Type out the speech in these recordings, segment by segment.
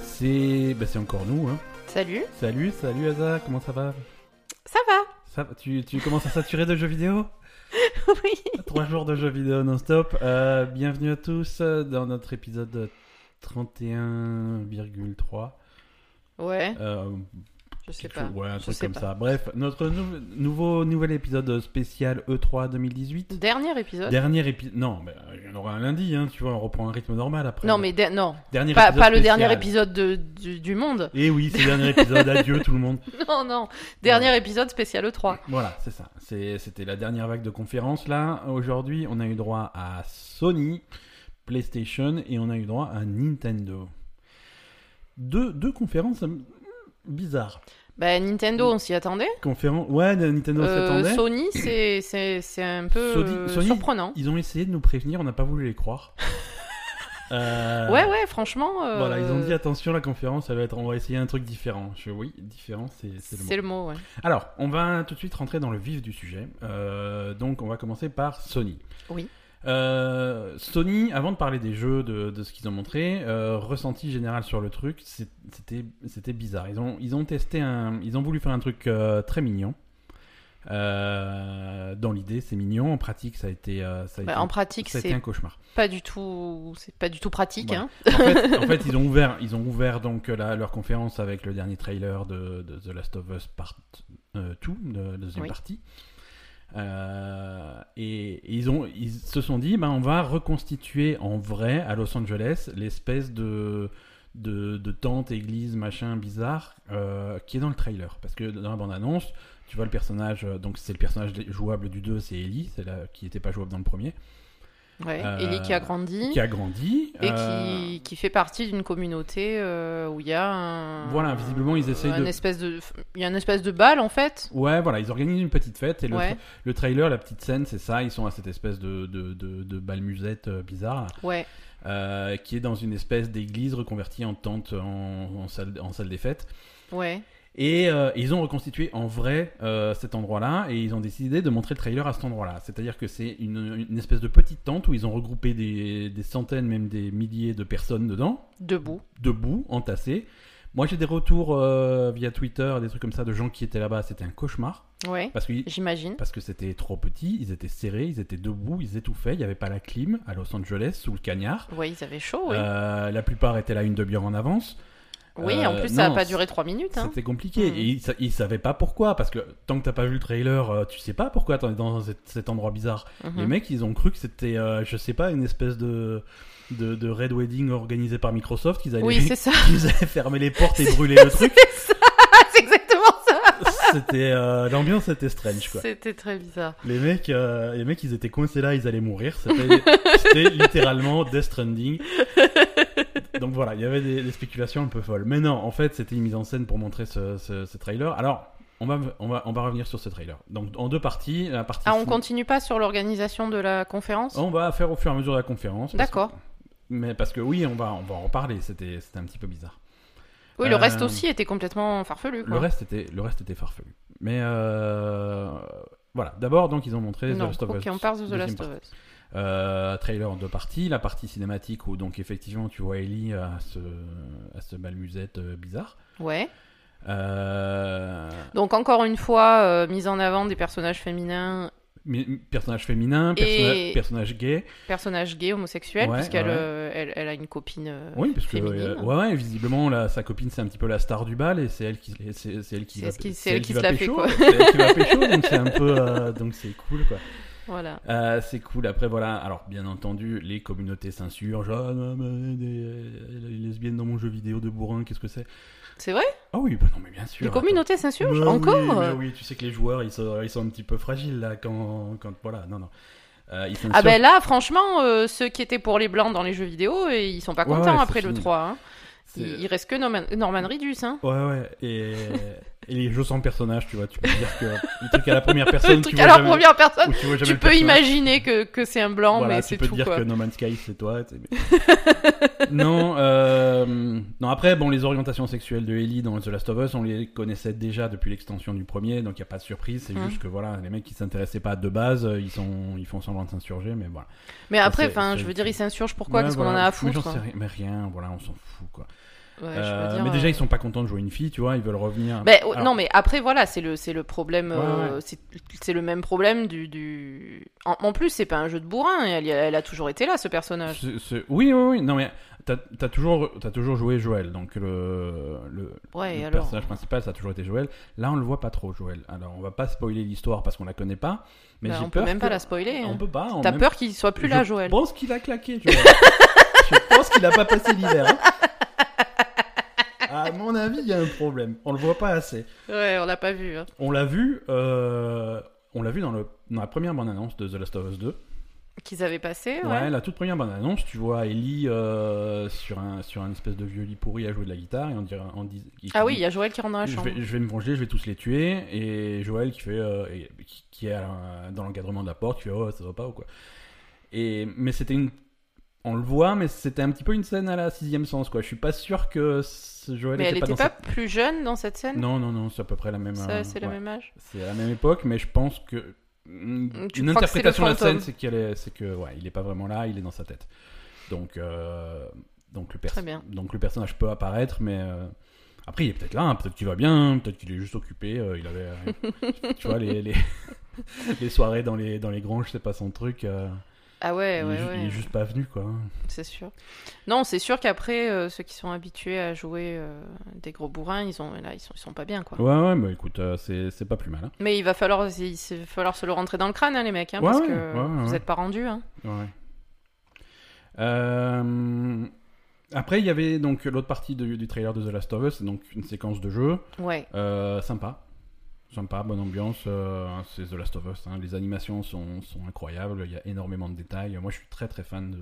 c'est bah, c'est encore nous. Hein. Salut, Salut, salut Aza, comment ça va ça va ça, va tu, tu commences à saturer de jeux vidéo Oui. Trois jours de jeux vidéo non-stop. Euh, bienvenue à tous euh, dans notre épisode 31,3. Ouais, Euh, je sais quelque pas. chose- ouais, un je truc sais comme pas. ça. Bref, notre nou- nouveau nouvel épisode spécial E E3 2018. Dernier épisode Dernier épisode. Non, mais euh, il y en aura un lundi, hein, tu vois, on reprend un rythme normal après. Non, mais de- non, Dernier pas, épisode pas le spécial. dernier épisode de- du, du monde. Et oui, c'est le dernier épisode, adieu tout le monde. Non, non, dernier épisode spécial E E3. Voilà, c'est ça. C'est- C'était la dernière vague de conférences. Là, aujourd'hui, on a eu droit à Sony, PlayStation et on a eu droit à Nintendo. Deux, deux conférences hum, bizarres. Bah, Nintendo, on s'y attendait. Conféren... Ouais, Nintendo Euh, s'attendait. Sony, c'est- c'est c'est un peu Sony- euh, Sony- surprenant. Ils ont essayé de nous prévenir, on n'a pas voulu les croire. Euh, Ouais, ouais, franchement. euh, Voilà, ils ont dit attention, la conférence, ça va être, on va essayer un truc différent. Je oui, différent, c'est c'est le mot. C'est le mot, ouais. Alors, on va tout de suite rentrer dans le vif du sujet. Euh, donc, on va commencer par Sony. Oui. Euh, Sony, avant de parler des jeux, de, de ce qu'ils ont montré, euh, ressenti général sur le truc, c'est- c'était c'était bizarre. Ils ont, ils ont testé un, ils ont voulu faire un truc euh, très mignon. Euh, dans l'idée, c'est mignon. En pratique, ça a été, euh, ça a Bah, été, en pratique, ça a été c'est un cauchemar. pas du tout, c'est pas du tout pratique. Voilà. hein. En fait, en fait, ils ont ouvert, ils ont ouvert donc euh, la- leur conférence avec le dernier trailer de, de The Last of Us Part 2, de la deuxième Oui. partie. Euh, et, et ils, ont, ils se sont dit, bah, on va reconstituer en vrai à Los Angeles l'espèce de, de, de tente, église, machin bizarre euh, qui est dans le trailer. Parce que dans la bande-annonce, tu vois le personnage, euh, donc c'est le personnage jouable du 2, c'est Ellie, c'est la- qui n'était pas jouable dans le premier, Ouais. Euh, Ellie qui a grandi qui a grandi. Mmh. et euh, qui, qui fait partie d'une communauté euh, où il y a un. Voilà, visiblement, ils essayent un de- Espèce de... Il y a une espèce de bal en fait. Ouais, voilà, ils organisent une petite fête et le, Ouais. tra- le trailer, la petite scène, c'est ça. Ils sont à cette espèce de, de, de, de bal musette euh, bizarre là, Ouais. euh, qui est dans une espèce d'église reconvertie en tente, en, en salle, en salle des fêtes. Ouais, Et euh, ils ont reconstitué en vrai euh, cet endroit-là et ils ont décidé de montrer le trailer à cet endroit-là. C'est-à-dire que c'est une, une espèce de petite tente où ils ont regroupé des, des centaines, même des milliers de personnes dedans debout. debout, entassés. Moi, j'ai des retours euh, via Twitter, des trucs comme ça, de gens qui étaient là-bas. C'était un cauchemar. Ouais, Parce que, j'imagine. parce que c'était trop petit, ils étaient serrés, ils étaient debout, ils étouffaient. Il n'y avait pas la clim à Los Angeles, sous le cagnard. Ouais, ils avaient chaud, oui. Euh, la plupart étaient là une demi-heure en avance. oui, en euh, plus, ça non, n'a pas duré 3 minutes. Hein. C'était compliqué. Mhm. Et ils, sa- ils savaient pas pourquoi. Parce que tant que t'as pas vu le trailer, euh, tu sais pas pourquoi t'en es dans cet- cet endroit bizarre. Mhm. Les mecs, ils ont cru que c'était, euh, je sais pas, une espèce de, de, de Red Wedding organisée par Microsoft. Qu'ils allaient Oui, c'est ça. ils avaient fermé les portes et brûlé le truc. C'est ça. C'est exactement ça. C'était euh, l'ambiance était strange quoi. C'était très bizarre. Les mecs, euh, les mecs, ils étaient coincés là, ils allaient mourir. C'était c'était littéralement Death Stranding. Donc voilà, il y avait des, des spéculations un peu folles. Mais non, en fait, c'était une mise en scène pour montrer ce, ce- ce trailer. Alors, on va, on va, on va revenir sur ce trailer. Donc en deux parties, la partie. Ah, on fin- continue pas sur l'organisation de la conférence On va faire au fur et à mesure de la conférence. parce que- D'accord. Mais parce que oui, on va, on va en reparler. C'était, c'était un petit peu bizarre. Oui, le Euh, reste aussi était complètement farfelu. Le Quoi. reste était, le reste était farfelu. Mais euh, voilà. D'abord, donc ils ont montré The non. Last of Ok, Us. on part de The Deuxième Last partie. of Us. Euh, trailer en deux parties, la partie cinématique où donc effectivement tu vois Ellie à ce, à ce balmusette euh, bizarre. Ouais. Euh, Donc, encore une fois, euh, mise en avant des personnages féminins, mais- personnage féminin, Et- personna- personnage gay. personnages gays, homosexuels, Ouais, puisqu'elle ouais. euh, elle, elle a une copine euh, Oui, parce que féminine. euh, ouais, ouais, visiblement la- sa copine c'est un petit peu la star du bal et c'est elle qui c'est c'est elle qui C'est va ce qui- c'est c'est elle qui va se la fait, pécho, quoi. c'est elle qui va pécho donc c'est un peu euh, donc c'est cool quoi. Voilà. Euh, c'est cool. Après, voilà. Alors, bien entendu, les communautés s'insurgent. Ah, non, mais des euh, les lesbiennes dans mon jeu vidéo de bourrin, qu'est-ce que c'est C'est vrai Ah oui, bah non, mais bien sûr. Les attends. communautés s'insurgent Bah oui, Encore mais oui, tu sais que les joueurs, ils sont, ils sont un petit peu fragiles là quand, quand voilà, non, non. Euh, ils Ah s'insurgent. ben là, franchement, euh, ceux qui étaient pour les blancs dans les jeux vidéo, et ils sont pas Ouais, ouais, contents c'est après le fini. 3. hein. C'est- Il, il reste que Norman, Norman Reedus. Hein. Ouais, ouais. Et, et les jeux sans personnage, tu vois, tu peux dire que le truc à la première personne, Le truc tu à vois la jamais- première personne, où tu vois jamais tu le peux personnage. imaginer que, que c'est un blanc, Voilà, mais tu c'est peux te tout dire quoi. que No Man's Sky c'est toi. t'sais, mais- non, euh, non. Après, bon, les orientations sexuelles de Ellie dans The Last of Us, on les connaissait déjà depuis l'extension du premier, donc il n'y a pas de surprise. C'est Hmm. juste que voilà, les mecs qui s'intéressaient pas de base, euh, ils sont, ils font semblant de s'insurger, mais voilà. Mais après, c'est- enfin, c'est- je veux dire, ils s'insurgent pourquoi Ouais, Parce qu'on voilà, en a à mais j'en foutre. sais rien- Mais rien, voilà, on s'en fout quoi. Ouais, je veux Euh, dire, mais déjà, euh, ils sont pas contents de jouer une fille, tu vois, ils veulent revenir. Ben, oh, Hein. Alors, Non, mais après, voilà, c'est le, c'est le problème. Ouais, euh, c'est- C'est le même problème du. du... En, en plus, c'est pas un jeu de bourrin. Elle, y a- elle a toujours été là, ce personnage. ce- ce- Oui, oui, oui, non, mais t'as as toujours, t'as toujours joué Joël, donc le, le, Ouais, le alors. personnage principal, ça a toujours été Joël. Là, on le voit pas trop, Joël. Alors, on va pas spoiler l'histoire parce qu'on la connaît pas, mais Bah, j'ai on peut peur même que- pas la spoiler. hein. On peut pas. on T'as même- peur qu'il soit plus là, Joël. Je pense qu'il a claqué, Joël. je pense qu'il a pas passé l'hiver. hein. À mon avis, il y a un problème. On le voit pas assez. Ouais, on l'a pas vu. hein. On l'a vu, euh, on l'a vu dans, le, dans la première bande-annonce de The Last of Us 2. Qu'ils avaient passé, ouais. Ouais, la toute première bande-annonce, tu vois Ellie euh, sur un sur un espèce de vieux lit pourri à jouer de la guitare et on dirait on dit, il- Ah oui, il y a Joël qui rentre dans la je chambre. vais, je vais me venger, je vais tous les tuer. Et Joël qui fait, euh, et- qui, qui est à la- dans l'encadrement de la porte, qui fait, oh, ça va pas ou quoi. Et mais c'était une, on le voit, mais c'était un petit peu une scène à la sixième sens quoi. Je suis pas sûr que ce Joël Mais était elle pas était dans pas cette- plus jeune dans cette scène Non non non, c'est à peu près la même. euh, Ça, C'est le ouais. même âge. C'est à la même époque, mais je pense que mm, Tu une crois que c'est le interprétation de la fantôme. scène, c'est qu'il est, c'est que ouais, il est pas vraiment là, il est dans sa tête. Donc euh, donc le perso- Très bien. donc le personnage peut apparaître, mais euh, après il est peut-être là, hein, peut-être qu'il va bien, peut-être qu'il est juste occupé. euh, il avait, euh, tu vois les, les, les soirées dans les dans les granges, c'est pas son truc. euh, Ah ouais, il, est ouais, ju- ouais. il est juste pas venu quoi. C'est sûr. Non, c'est sûr qu'après, euh, ceux qui sont habitués à jouer euh, des gros bourrins, ils, ont, là, ils, sont, ils sont pas bien, quoi. Ouais ouais, mais écoute, euh, c'est c'est pas plus mal. hein. Mais il va falloir, il, s- va falloir se le rentrer dans le crâne, hein, les mecs, hein, Ouais, parce ouais, que ouais, vous ouais. êtes pas rendus. Hein. Ouais. Euh, Après, il y avait donc l'autre partie de- du trailer de The Last of Us, donc une séquence de jeu Ouais. euh, sympa, sympa, bonne ambiance. euh, hein, c'est The Last of Us. hein, Les animations sont, sont incroyables. Il y a énormément de détails. Moi, je suis très très fan de.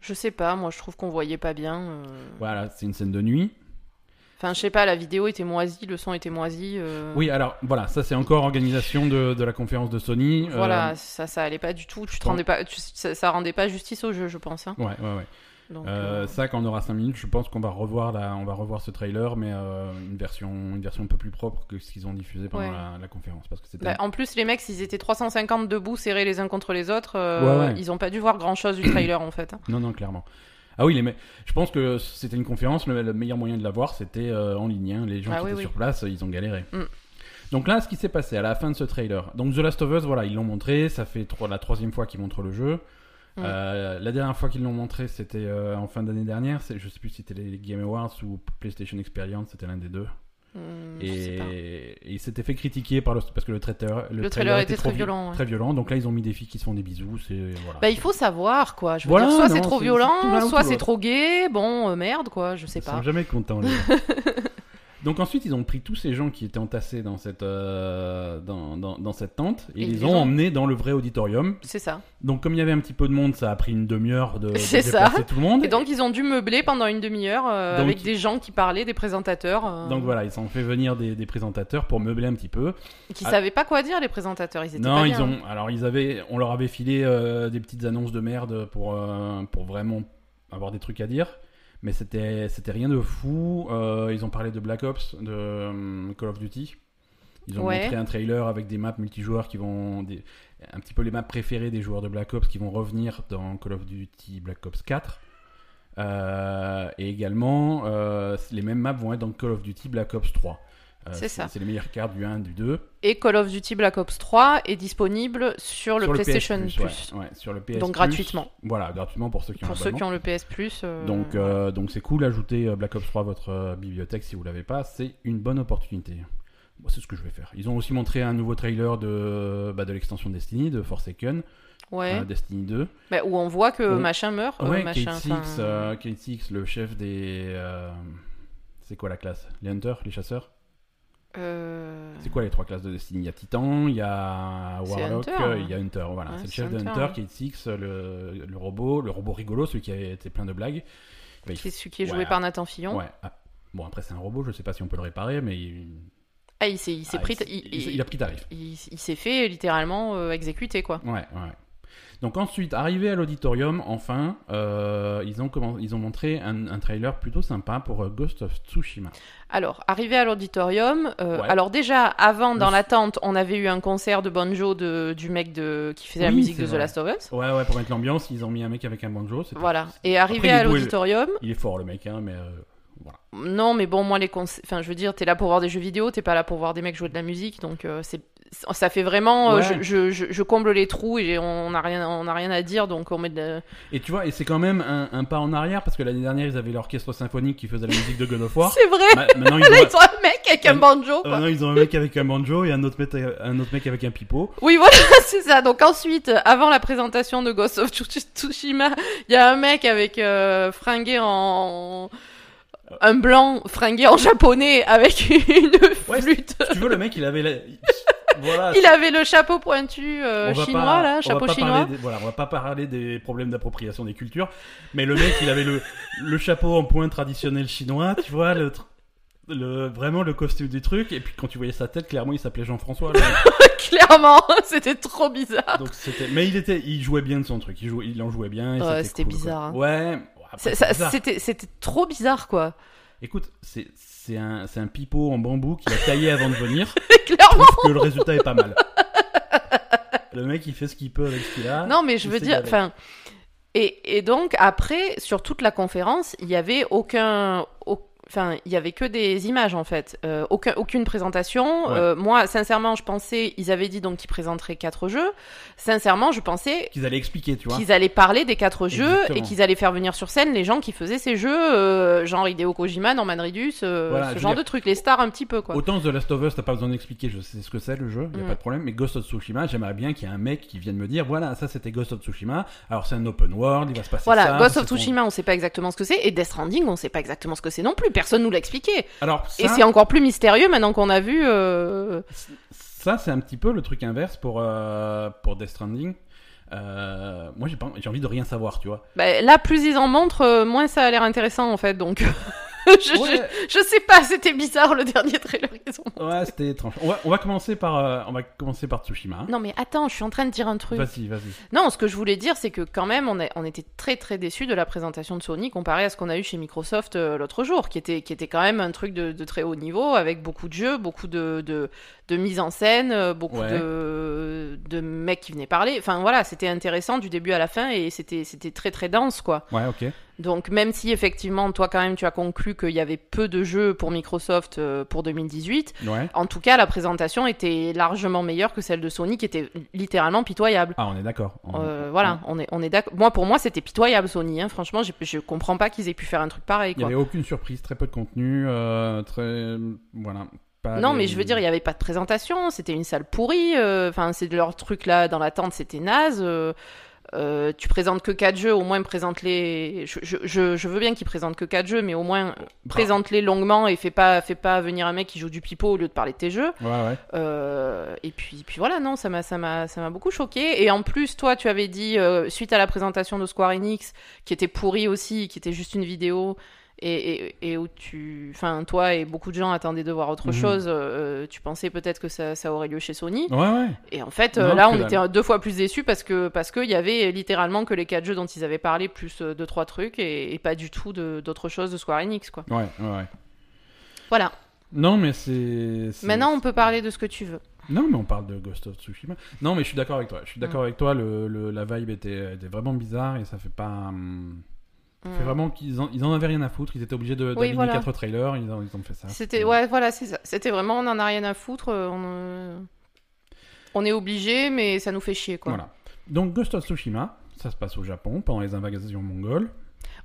Je sais pas, moi je trouve qu'on voyait pas bien. euh. Voilà, c'est une scène de nuit. Enfin, je sais pas, la vidéo était moisie, le son était moisi. euh, Oui, alors voilà, ça c'est encore organisation de, de la conférence de Sony. euh, Voilà, ça, ça allait pas du tout. Tu te bon. rendais pas, tu- ça, ça rendait pas justice au jeu, je pense. hein. Ouais, ouais, ouais. Donc, Euh, euh, ça, quand on aura 5 minutes, je pense qu'on va revoir la, on va revoir ce trailer, mais euh, une version, une version un peu plus propre que ce qu'ils ont diffusé pendant Ouais. la, la conférence, parce que c'était. bah, en plus, les mecs, s'ils étaient 350 debout, serrés les uns contre les autres, euh, Ouais, ouais. ils ont pas dû voir grand chose du trailer en fait. hein. Non, non, clairement. Ah oui, les me- je pense que c'était une conférence, le, le meilleur moyen de la voir, c'était euh, en ligne. hein. Les gens Ah qui oui, étaient oui. sur place, euh, ils ont galéré. Mm. Donc là, ce qui s'est passé à la fin de ce trailer. Donc The Last of Us, voilà, ils l'ont montré. Ça fait trois- la troisième fois qu'ils montrent le jeu. Mm. Euh, la dernière fois qu'ils l'ont montré, c'était euh, en fin d'année dernière. C'est- Je sais plus si c'était les Game Awards ou PlayStation Experience, c'était l'un des deux. Hmm, je sais Et, pas. et il s'était fait critiquer par le, parce que le traiteur, Le trailer était trop très vi- violent, ouais. Très violent. Donc là, ils ont mis des filles qui se font des bisous. C'est voilà. Bah, il faut savoir quoi. Je veux Voilà, dire, soit non, c'est trop c'est- c'est tout l'un violent, ou soit tout c'est l'autre. trop gay. Bon, euh, merde quoi, je sais Ils pas. sont jamais contents. les gens. Donc ensuite, ils ont pris tous ces gens qui étaient entassés dans cette euh, dans, dans- dans cette tente et ils les ont, emmenés dans le vrai auditorium. C'est ça. Donc comme il y avait un petit peu de monde, ça a pris une demi-heure de, de C'est déplacer ça. tout le monde. Et donc ils ont dû meubler pendant une demi-heure euh, Donc- avec des gens qui parlaient, des présentateurs. euh, Donc voilà, ils ont fait venir des, des présentateurs pour meubler un petit peu. Qui Ah. savaient pas quoi dire les présentateurs, ils étaient Non, pas ils bien. ont. Alors, ils avaient. On leur avait filé euh, des petites annonces de merde pour, euh, pour vraiment avoir des trucs à dire. Mais c'était c'était rien de fou. Euh, ils ont parlé de Black Ops, de euh, Call of Duty. Ils ont Ouais. montré un trailer avec des maps multijoueurs qui vont. des- un petit peu les maps préférées des joueurs de Black Ops qui vont revenir dans Call of Duty Black Ops 4. Euh, et également, euh, les mêmes maps vont être dans Call of Duty Black Ops 3. Euh, C'est ça. C'est les meilleures cartes du 1, du 2 Et Call of Duty Black Ops 3 est disponible sur le sur PlayStation PS Plus. ouais, ouais, sur le PS Donc Plus. gratuitement. Voilà, gratuitement pour ceux qui ont Pour ceux qui l'abonnement. ont le PS Plus. euh, Donc, euh, donc c'est cool, ajoutez euh, Black Ops 3 à votre euh, bibliothèque si vous l'avez pas, c'est une bonne opportunité. Bon, c'est ce que je vais faire. Ils ont aussi montré un nouveau trailer de, bah, de l'extension Destiny, de Forsaken, ouais. euh, Destiny 2. Bah, où on voit que on- machin meurt. euh, ouais, machin, Kate Six, enfin, euh, Kate Six, le chef des... euh, c'est quoi la classe Les hunters, les chasseurs euh, C'est quoi les trois classes de Destiny Il y a Titan, il y a C'est Warlock, Hunter, euh, hein. il y a Hunter. Voilà, Ouais, c'est le c'est chef de Hunter, Hunter, hein. Kate Six, le, le robot, le robot rigolo, celui qui avait été plein de blagues. Bah, il- Qui, celui qui est joué Ouais. par Nathan Fillon. Ouais. ah, Bon après c'est un robot, je sais pas si on peut le réparer, mais il, Ah, il s'est il s'est ah, pris. il- il- il- il a pris tarif. il, il s'est fait littéralement euh, exécuter quoi. Ouais, ouais. Donc ensuite, arrivé à l'auditorium, enfin, euh, ils, ont commen- ils ont montré un, un trailer plutôt sympa pour euh, Ghost of Tsushima. Alors, arrivé à l'auditorium, euh, Ouais. alors déjà avant dans Le- la tente, on avait eu un concert de banjo de, du mec de, qui faisait la Oui, musique c'est de vrai. The Last of Us. Ouais, ouais, pour mettre l'ambiance, ils ont mis un mec avec un banjo. c'était- Voilà. Et arrivé il est à doué, le- l'auditorium, Il est fort le mec, hein, mais euh, Voilà. Non, mais bon, moi, les concerts. Enfin, je veux dire, t'es là pour voir des jeux vidéo, t'es pas là pour voir des mecs jouer de la musique, donc euh, c'est. Ça fait vraiment, euh, Ouais. je, je- je- je comble les trous et on n'a rien, on a rien à dire, donc on met de la- Et tu vois, et c'est quand même un, un pas en arrière parce que l'année dernière, ils avaient l'orchestre symphonique qui faisait la musique de God of War. C'est vrai, Ma- maintenant, ils là, ont, ils ont un mec avec un Ouais. banjo. quoi. maintenant, ils ont un mec avec un banjo et un autre mec, un autre mec avec un pipeau. Oui, voilà, c'est ça. Donc ensuite, avant la présentation de Ghost of Tsushi- Tsushima, il y a un mec avec euh, fringué en un blanc fringué en japonais avec une Ouais, flûte. Si tu veux, le mec, il avait la... Voilà. Il avait le chapeau pointu euh, On va chinois pas- on là, va chapeau pas chinois. parler des- voilà, on va pas parler des problèmes d'appropriation des cultures, mais le mec, il avait le, le chapeau en point traditionnel chinois, tu vois, le, tr- le- vraiment le costume du truc, et puis quand tu voyais sa tête, clairement, il s'appelait Jean-François. le mec. Clairement, c'était trop bizarre. Donc c'était, mais il était, il jouait bien de son truc, il, jouait, il en jouait bien. et Ouais, c'était cool, bizarre, quoi. hein. Ouais. bon, après, C'est- c'est ça- bizarre. C'était c'était trop bizarre quoi. Écoute, c'est, c'est un, c'est un pipeau en bambou qu'il a taillé avant de venir. Clairement. trouve que le résultat est pas mal. Le mec, il fait ce qu'il peut avec ce qu'il a. Non, mais je il veux s'est dire, gavé. enfin, et, et donc après, sur toute la conférence, il y avait aucun, au- enfin, il y avait que des images en fait, Euh, aucun- aucune présentation. Ouais. Euh, moi, sincèrement, je pensais, ils avaient dit donc qu'ils présenteraient quatre jeux. Sincèrement, je pensais Qu'ils allaient expliquer, tu vois. qu'ils allaient parler des quatre jeux et Exactement. qu'ils allaient faire venir sur scène les gens qui faisaient ces jeux, euh, genre Hideo Kojima, Norman Reedus, euh, Voilà, je ce veux genre dire- de truc, les stars un petit peu quoi. Autant The Last of Us, t'as pas besoin d'expliquer, je sais ce que c'est le jeu, y a Mm. pas de problème. Mais Ghost of Tsushima, j'aimerais bien qu'il y ait un mec qui vienne me dire, voilà, ça c'était Ghost of Tsushima. Alors c'est un open world, il va se passer Voilà, ça. Ghost c'est of ton- Tsushima, on sait pas exactement ce que c'est, et Death Stranding, on sait pas exactement ce que c'est non plus, personne nous l'a expliqué. Alors ça, Et c'est encore plus mystérieux maintenant qu'on a vu. euh, ça c'est un petit peu le truc inverse pour euh, pour Death Stranding. Euh, moi j'ai pas, j'ai envie de rien savoir, tu vois. bah, là, plus ils en montrent, euh, moins ça a l'air intéressant en fait. Donc, je, Ouais. je, je sais pas, c'était bizarre le dernier trailer. qu'ils ont montré. Ouais, c'était étrange. On va, on va commencer par euh, on va commencer par Tsushima. hein. Non, mais attends, je suis en train de dire un truc. Vas-y, vas-y. Non, ce que je voulais dire, c'est que quand même, on, a- on était très très déçus de la présentation de Sony comparé à ce qu'on a eu chez Microsoft euh, l'autre jour, qui était, qui était quand même un truc de, de très haut niveau, avec beaucoup de jeux, beaucoup de, de, de mise en scène, euh, beaucoup Ouais. de, de mecs qui venaient parler. Enfin voilà, c'était intéressant du début à la fin et c'était c'était très très dense quoi. Ouais, ok. Donc même si effectivement toi quand même tu as conclu qu'il y avait peu de jeux pour Microsoft euh, pour 2018, Ouais. en tout cas la présentation était largement meilleure que celle de Sony qui était littéralement pitoyable. Ah, on est d'accord. On- Euh, voilà, on est, on est d'accord. Moi pour moi c'était pitoyable Sony, hein. franchement j'ai- je comprends pas qu'ils aient pu faire un truc pareil. Il n'y Quoi. avait aucune surprise, très peu de contenu, euh, très. Voilà. pas Non de- mais je veux dire il n'y avait pas de présentation, c'était une salle pourrie, euh, enfin c'est de leur truc là dans la tente c'était naze. euh, euh, tu présentes que 4 jeux, au moins présente-les. Je, je- je- je veux bien qu'ils présentent que 4 jeux, mais au moins Bah, présente-les longuement et fais pas, fais pas venir un mec qui joue du pipeau au lieu de parler de tes jeux. Ouais, ouais. Euh, et puis, puis voilà, non, ça m'a, ça m'a, ça m'a beaucoup choqué. Et en plus, toi, tu avais dit euh, suite à la présentation de Square Enix, qui était pourrie aussi, qui était juste une vidéo. Et, et, et où tu, enfin toi et beaucoup de gens attendaient de voir autre Mhm. chose. euh, tu pensais peut-être que ça, ça aurait lieu chez Sony. Ouais, ouais. Et en fait, euh, Non, là, que on dalle. était euh, deux fois plus déçus parce que parce qu'il y avait littéralement que les quatre jeux dont ils avaient parlé plus euh, deux trois trucs et, et pas du tout de, d'autres choses de Square Enix quoi. Ouais, ouais, ouais. Voilà. Non, mais c'est. c'est- Maintenant, on peut parler de ce que tu veux. Non, mais on parle de Ghost of Tsushima. Non, mais je suis d'accord avec toi. Je suis Ah. d'accord avec toi. Le, le- la vibe était, était vraiment bizarre et ça fait pas. hum, Mm. Fait vraiment qu'ils en, ils en avaient rien à foutre. Ils étaient obligés de Oui, d'aligner voilà. quatre trailers. Ils ont, ils ont fait ça. C'était ouais, voilà, c'est ça. C'était vraiment, on en a rien à foutre. euh, On, euh, on est obligé, mais ça nous fait chier quoi. Voilà. Donc Ghost of Tsushima, ça se passe au Japon pendant les invasions mongoles.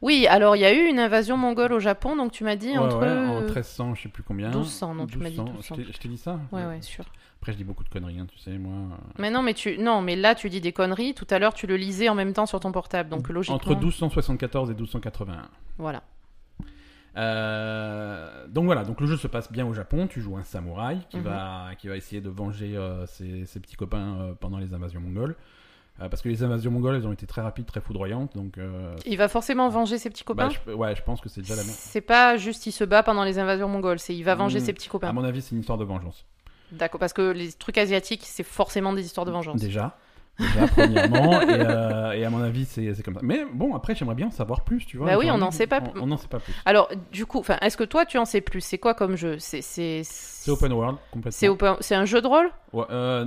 Oui, alors il y a eu une invasion mongole au Japon, donc tu m'as dit Ouais, entre ouais, en euh, 1300, je sais plus combien. 1200, non, tu m'as dit 1200. 1200. Je t'ai- Je t'ai dit ça Ouais, ouais, sûr. Après, je dis beaucoup de conneries, hein, tu sais, moi. euh, Mais non, mais tu, non, mais là tu dis des conneries. Tout à l'heure, tu le lisais en même temps sur ton portable, donc logiquement. Entre 1274 et 1281. Voilà. Euh, donc voilà, donc le jeu se passe bien au Japon. Tu joues un samouraï qui, Mhm. va, qui va essayer de venger euh, ses, ses petits copains euh, pendant les invasions mongoles. Euh, parce que les invasions mongoles, elles ont été très rapides, très foudroyantes. Donc, euh, Il va forcément venger ses petits bah, copains. je- ouais, je pense que c'est déjà la même. C'est pas juste il se bat pendant les invasions mongoles, c'est il va venger Mm. ses petits À copains. mon avis, c'est une histoire de vengeance. D'accord, parce que les trucs asiatiques, c'est forcément des histoires de vengeance. Déjà. Déjà, premièrement. et, euh, et à mon avis, c'est c'est comme ça. Mais bon, après, j'aimerais bien en savoir plus, tu vois. Bah oui, J'ai on envie en de- sait pas On plus. on en sait pas plus. Alors, du coup, enfin, est-ce que toi tu en sais plus C'est quoi comme jeu C'est c'est C'est open world, complètement. C'est open- c'est un jeu de rôle Ouais, euh,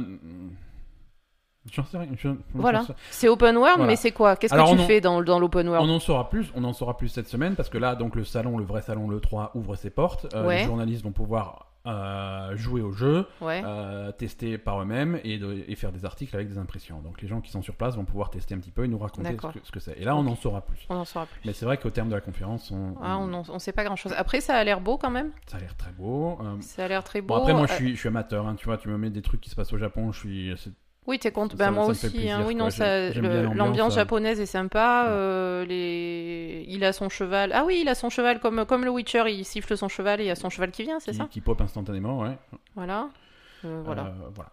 J'en sais rien, je- j'en Voilà. sais- C'est open world, Voilà. mais c'est quoi Qu'est-ce Alors, que tu on en- fais dans, dans l'open world On en saura plus, on en saura plus cette semaine parce que là, donc le salon, le vrai salon, le 3 ouvre ses portes. Euh, Ouais. Les journalistes vont pouvoir euh, jouer au jeu, Ouais. euh, tester par eux-mêmes et, de- et faire des articles avec des impressions. Donc les gens qui sont sur place vont pouvoir tester un petit peu et nous raconter D'accord. ce que- ce que c'est. Et là, on en saura plus. On en saura plus. Mais c'est vrai qu'au terme de la conférence, on, Ah, on- on, en- on sait pas grand chose. Après, ça a l'air beau quand même. ça a l'air très beau. Euh, Ça a l'air très beau. Bon, après, moi, je Euh, suis, je suis amateur, hein, tu vois, tu me mets des trucs qui se passent au Japon, je suis... euh, c'est- Oui, t'es contre. Ça- Ben, ça moi me fait aussi. plaisir, hein. Oui, quoi. non, J'aime- ça, j'aime le- bien l'ambiance, l'ambiance euh. japonaise est sympa. Ouais. euh, les... Il a son cheval. Ah oui, il a son cheval comme, comme le Witcher. Il siffle son cheval et il y a son cheval qui vient, c'est qui, ça qui pop instantanément, ouais. Voilà. Euh, voilà. Euh, voilà.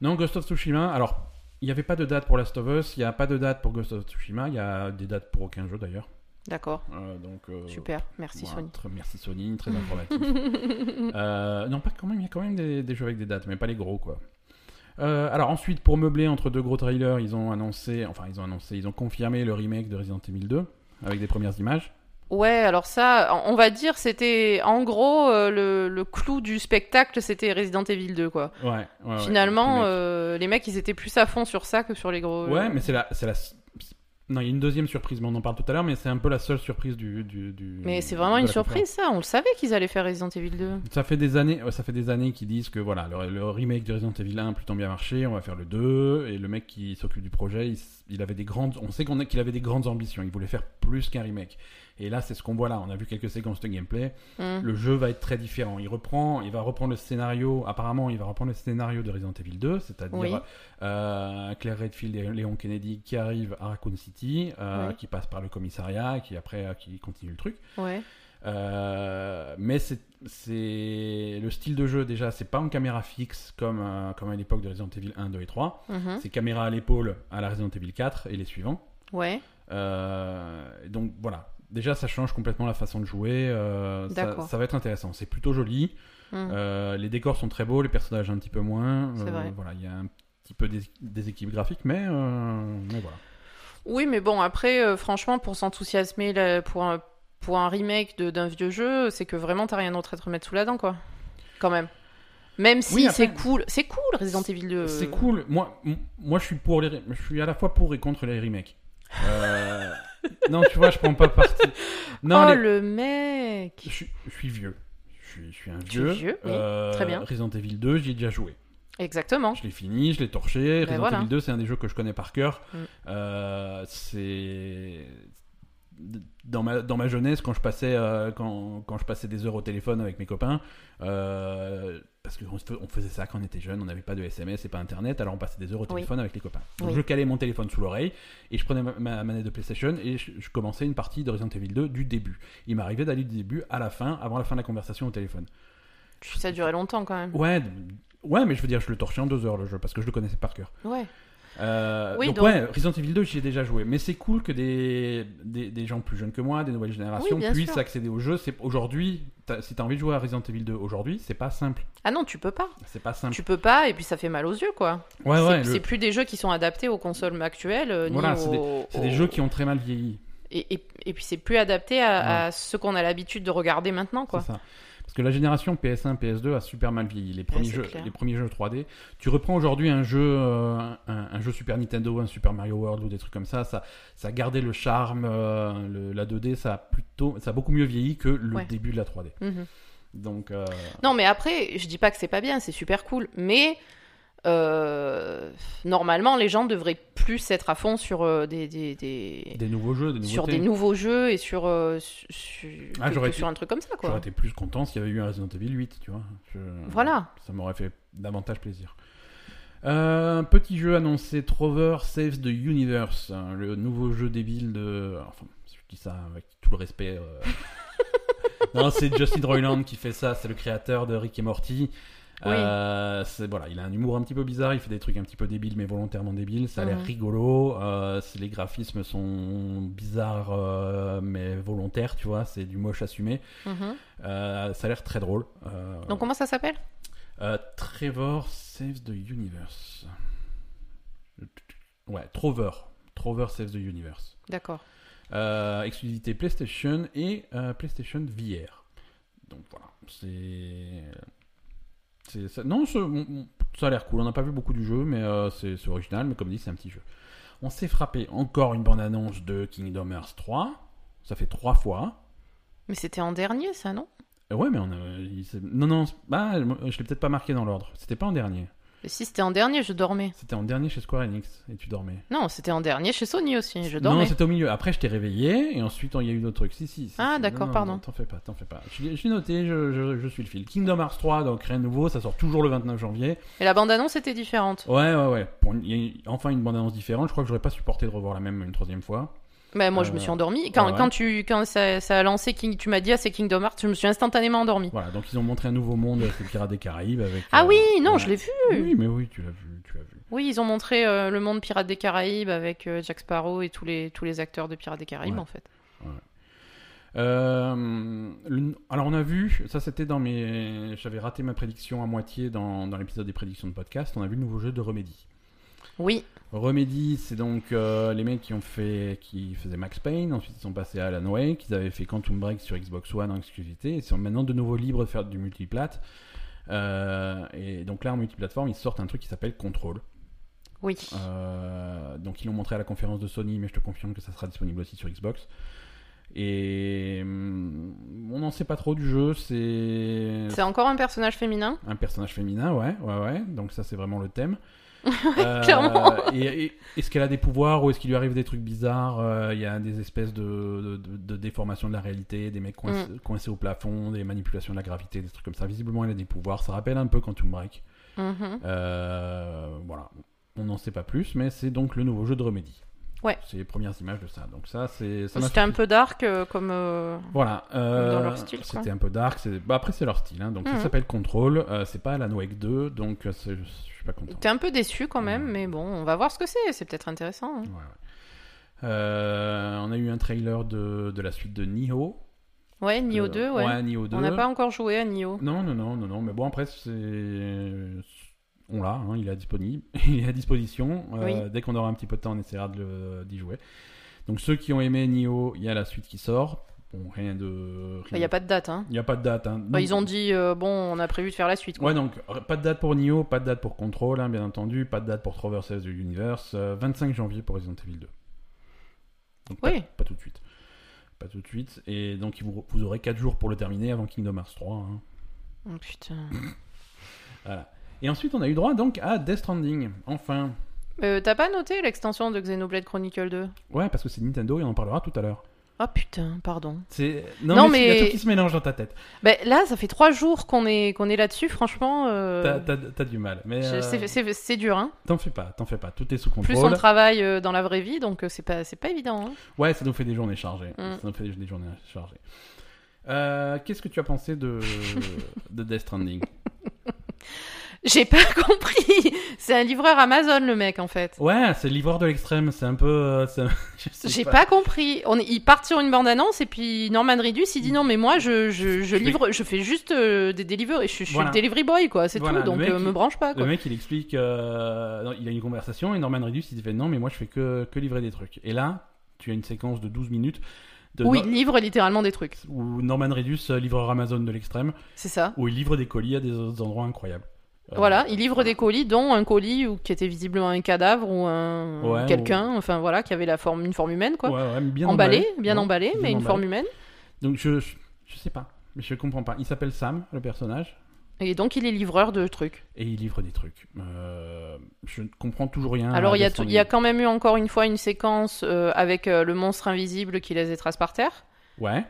Non, Ghost of Tsushima, alors, il n'y avait pas de date pour Last of Us, il n'y a pas de date pour Ghost of Tsushima, il y a des dates pour aucun jeu d'ailleurs. D'accord. Euh, donc, euh, Super. Merci, voilà, Sony. très- merci Sony, très informatif. Euh, non, pas quand même, il y a quand même des, des jeux avec des dates, mais pas les gros quoi. Euh, alors ensuite, pour meubler entre deux gros trailers, ils ont annoncé, enfin ils ont annoncé, ils ont confirmé le remake de Resident Evil 2 avec des premières images. Ouais, alors ça, on va dire, c'était en gros euh, le, le clou du spectacle, c'était Resident Evil 2, quoi. Ouais, ouais, Ah ouais, le Finalement, remake. euh, les mecs, ils étaient plus à fond sur ça que sur les gros. euh, Ouais, mais c'est la, c'est la. Non, il y a une deuxième surprise, mais on en parle tout à l'heure, mais c'est un peu la seule surprise du. du, du- Mais c'est vraiment de une la conférence. surprise, ça. On le savait qu'ils allaient faire Resident Evil 2. Ça fait des années, ça fait des années qu'ils disent que voilà, le, le remake de Resident Evil 1 a plutôt bien marché, on va faire le 2, et le mec qui s'occupe du projet, il, s- il avait des grandes, on sait qu'on a- qu'il avait des grandes ambitions, il voulait faire plus qu'un remake. Et là, c'est ce qu'on voit là, on a vu quelques séquences de gameplay, Hmm. le jeu va être très différent. Il reprend, il va reprendre le scénario, apparemment, il va reprendre le scénario de Resident Evil 2, c'est-à-dire Oui. euh, Claire Redfield et Léon Kennedy qui arrivent à Raccoon City, euh, Oui. qui passent par le commissariat, qui après euh, qui continue le truc. Ouais. Euh, mais c'est c'est- le style de jeu déjà, c'est pas en caméra fixe comme, euh, comme à l'époque de Resident Evil 1, 2 et 3. Mhm. C'est caméra à l'épaule à la Resident Evil 4 et les suivants. Ouais. Euh, donc voilà. Déjà, ça change complètement la façon de jouer. euh, ça, D'accord. ça va être intéressant. C'est plutôt joli. Hmm. Euh, les décors sont très beaux, les personnages un petit peu moins. C'est Euh, vrai. Voilà, il y a un petit peu des, des équipes graphiques, mais, euh, mais voilà. Oui, mais bon, après, euh, franchement, pour s'enthousiasmer là, pour un, pour un remake de- d'un vieux jeu, c'est que vraiment, t'as rien d'autre à te remettre sous la dent, quoi. Quand même. Même si Oui, après- c'est cool. C'est cool, Resident Evil 2. C'est cool. Moi, m- moi, je suis pour les, re- je suis à la fois pour et contre les remakes. Euh, non, tu vois, je prends pas parti. Non, oh, les- le je, mec suis- je suis vieux. Je suis, je suis un Tu es vieux. vieux, oui, Euh, très bien. Resident Evil 2, j'y ai déjà joué. Exactement. Je l'ai fini, je l'ai torché. Resident Ben voilà. Evil 2, c'est un des jeux que je connais par cœur. Mm. Euh, c'est dans ma, dans ma jeunesse, quand je passais euh, quand, quand je passais des heures au téléphone avec mes copains, euh, parce qu'on se- on faisait ça quand on était jeune, on n'avait pas de SMS et pas Internet, alors on passait des heures au Oui. téléphone avec les copains. Donc Oui. je calais mon téléphone sous l'oreille et je prenais ma, ma manette de PlayStation et je, je commençais une partie de Resident Evil 2 du début. Il m'arrivait d'aller du début à la fin, avant la fin de la conversation au téléphone. Ça a duré longtemps, quand même. Ouais, d- ouais, mais je veux dire, je le torchais en deux heures le jeu parce que je le connaissais par cœur. Ouais. Euh, Oui, donc, donc- ouais, Resident Evil 2, j'y ai déjà joué. Mais c'est cool que des, des, des gens plus jeunes que moi, des nouvelles générations, Oui, bien puissent sûr. accéder au jeu. C'est- Aujourd'hui, t'as- si t'as envie de jouer à Resident Evil 2 aujourd'hui, c'est pas simple. Ah non, tu peux pas. C'est pas simple. Tu peux pas, et puis ça fait mal aux yeux, quoi. Ouais, c'est ouais, le- c'est plus des jeux qui sont adaptés aux consoles actuelles. euh, ni Voilà, c'est des- aux- c'est des aux- jeux qui ont très mal vieilli. Et, et, et puis c'est plus adapté à, à ce qu'on a l'habitude de regarder maintenant, C'est quoi. ça. Parce que la génération PS1, PS2 a super mal vieilli. Les premiers, c'est jeux, clair. les premiers jeux 3D. Tu reprends aujourd'hui un jeu, euh, un, un jeu Super Nintendo, un Super Mario World ou des trucs comme ça, ça, ça a gardé le charme. euh, le- la 2D, ça a plutôt, ça a beaucoup mieux vieilli que le Ouais. début de la 3D. Mhm. Donc, euh, Non, mais après, je dis pas que c'est pas bien, c'est super cool, mais euh, normalement, les gens devraient plus être à fond sur euh, des, des- des- des nouveaux jeux, des nouveautés. sur des nouveaux jeux et sur, euh, su- su- Ah, que- j'aurais que été- sur un truc comme ça, J'aurais quoi. été plus content s'il y avait eu un Resident Evil 8, tu vois. Je- Voilà. Ça m'aurait fait davantage plaisir. Euh, petit jeu annoncé, Trover Saves the Universe, hein, le nouveau jeu débile de... Enfin, je dis ça avec tout le respect. euh. non, c'est Justin Roiland qui fait ça, c'est le créateur de Rick et Morty. Oui. Euh, c'est- voilà, il a un humour un petit peu bizarre, il fait des trucs un petit peu débiles mais volontairement débiles, ça a l'air Mhm. rigolo, euh, c'est- les graphismes sont bizarres euh, mais volontaires, tu vois, c'est du moche assumé. Mhm. Euh, ça a l'air très drôle. Euh, Donc, comment ça s'appelle euh, Trevor Saves the Universe. Ouais, Trover. Trover Saves the Universe. D'accord. Euh, exclusivité PlayStation et euh, PlayStation VR. Donc voilà, c'est. c'est ça- Non, ce- on- on- ça a l'air cool. On n'a pas vu beaucoup du jeu, mais euh, c'est c'est original. Mais comme dit, c'est un petit jeu. On s'est frappé encore une bande-annonce de Kingdom Hearts 3. Ça fait trois fois. Mais c'était en dernier, ça, non Euh, Ouais, mais on a. il s'est- Non, non, c'est- bah, je l'ai peut-être pas marqué dans l'ordre. C'était pas en dernier. Et Si c'était en dernier, je dormais. C'était en dernier chez Square Enix et tu dormais. Non, c'était en dernier chez Sony aussi, je non, dormais. c'était au milieu. Après, je t'ai réveillé et ensuite, il y a eu d'autres trucs. Si, si. si, Ah, si. d'accord, Non, non, pardon. non, T'en fais pas, t'en fais pas. Je l'ai je l'ai noté, je, je- je suis le fil. Kingdom Hearts 3, donc rien de nouveau, ça sort toujours le 29 janvier. Et la bande-annonce était différente. Ouais, ouais, ouais. Pour une- il y a eu enfin une bande-annonce différente. Je crois que j'aurais pas supporté de revoir la même une troisième fois. Mais Bah, moi, Euh, je me suis endormie. Quand, ouais, ouais. quand, tu, quand ça, ça a lancé, King, tu m'as dit, ah, c'est Kingdom Hearts, je me suis instantanément endormie. Voilà, donc ils ont montré un nouveau monde, c'est le Pirate des Caraïbes. Avec, Ah euh, oui, non, ouais. je l'ai vu. Oui, mais oui, tu l'as vu, tu l'as vu. Oui, ils ont montré euh, le monde Pirates des Caraïbes avec euh, Jack Sparrow et tous les, tous les acteurs de Pirates des Caraïbes, Ouais. en fait. Euh, le- alors on a vu, ça c'était dans mes, j'avais raté ma prédiction à moitié dans, dans l'épisode des prédictions de podcast. On a vu le nouveau jeu de Remedy. Oui, Remedy, c'est donc euh, les mecs qui ont fait, qui faisaient Max Payne, ensuite ils sont passés à Alan Wake, ils avaient fait Quantum Break sur Xbox One en exclusivité, et ils sont maintenant de nouveau libres de faire du multiplate. Euh, et donc là en multiplateforme, ils sortent un truc qui s'appelle Control. oui. Euh, donc ils l'ont montré à la conférence de Sony, mais je te confirme que ça sera disponible aussi sur Xbox. Et hum, on n'en sait pas trop du jeu. C'est C'est encore un personnage féminin. un personnage féminin, ouais, ouais, ouais. Donc ça, c'est vraiment le thème. Euh, clairement. Et, et- est-ce qu'elle a des pouvoirs ou est-ce qu'il lui arrive des trucs bizarres Euh, Il y a des espèces de, de, de- de déformations de la réalité, des mecs coinc- Mm. coincés au plafond, des manipulations de la gravité, des trucs comme ça. Visiblement, elle a des pouvoirs. Ça rappelle un peu Quantum Break. Mhm. Euh, voilà, on n'en sait pas plus, mais c'est donc le nouveau jeu de Remedy. Ouais. C'est les premières images de ça. Donc ça, c'est. ça m'a C'était un surpris. peu dark euh, comme. euh, Voilà. euh, dans leur style, quoi. C'était un peu dark. c'est- Bah, après, c'est leur style. hein, donc ça Mhm. s'appelle Control. euh, c'est pas Alan Wake 2, donc euh, c'est- je suis pas content. T'es un peu déçu quand même, Ouais. mais bon, on va voir ce que c'est. C'est peut-être intéressant. hein. Ouais, ouais. Euh, on a eu un trailer de, de la suite de Nioh. Ouais, Nioh Euh, 2, ouais. Nioh 2. On n'a pas encore joué à Nioh. Non, non, non, non, non. Mais bon, après, c'est. On l'a, hein, il est à disponible, il est à disposition. Euh, Dès qu'on aura un petit peu de temps, on essaiera de le- d'y jouer. Donc ceux qui ont aimé Nioh, il y a la suite qui sort. Bon, rien de. Il n'y a pas de date. Hein. Il y a pas de date. hein. Bah, Donc- ils ont dit, euh, bon, on a prévu de faire la suite. Quoi. Ouais, donc euh, pas de date pour Nioh, pas de date pour Control, hein, bien entendu, pas de date pour Traverses the Universe. euh, 25 janvier pour Resident Evil 2. Donc, pas- Oui. pas, tout de suite. Pas tout de suite. Et donc ils vous, vous aurez 4 jours pour le terminer avant Kingdom Hearts 3. hein. Oh, putain. Et ensuite, on a eu droit donc à Death Stranding, enfin. Euh, T'as pas noté l'extension de Xenoblade Chronicle 2 Ouais, parce que c'est Nintendo et on en parlera tout à l'heure. Ah putain, pardon. C'est non, Non, mais, c'est- il y a mais- tout qui se mélange dans ta tête. Bah, là, ça fait trois jours qu'on est, qu'on est là-dessus, franchement. euh, T'as- T'as t'as du mal, mais je- euh, c'est- C'est c'est dur, hein. t'en fais pas, t'en fais pas. Tout est sous Plus contrôle. on travaille euh, dans la vraie vie, donc euh, c'est pas, c'est pas évident. hein. Ouais, ça nous fait des journées chargées. Mm. Ça nous fait des journées chargées. Euh, Qu'est-ce que tu as pensé de, de Death Stranding J'ai pas compris. C'est un livreur Amazon, le mec, en fait. Ouais, c'est l'ivreur de l'extrême, c'est un peu. euh, c'est- je sais J'ai pas. compris. On, est- ils partent sur une bande-annonce et puis Norman Reedus il Mm. dit non mais moi je, je, je Oui. livre, je fais juste euh, des delivery, je, je suis Voilà. le delivery boy quoi, c'est Voilà, tout. Donc le mec, euh, me il- branche pas Le quoi. mec, il explique. euh, non, il a une conversation et Norman Reedus, il fait non, mais moi je fais que, que livrer des trucs. Et là, tu as une séquence de 12 minutes. De Où No- il livre littéralement des trucs. où Norman Reedus, euh, livreur Amazon de l'extrême, C'est ça. où il livre des colis à des autres endroits incroyables. Euh, Voilà, il livre des colis dont un colis ou qui était visiblement un cadavre ou un Ouais, quelqu'un, enfin voilà, qui avait la forme une forme humaine quoi. Ouais, ouais, mais bien emballé, bien Ouais. emballé, bien mais une emballé. forme humaine. Donc je, je, je sais pas, mais je comprends pas. Il s'appelle Sam, le personnage, Et donc il est livreur de trucs. et il livre des trucs. Euh, je ne comprends toujours rien. à Alors il y, a Death tout- il y a Stranding. quand même eu encore une fois une séquence euh, avec euh, le monstre invisible qui laisse des traces par terre. Ouais,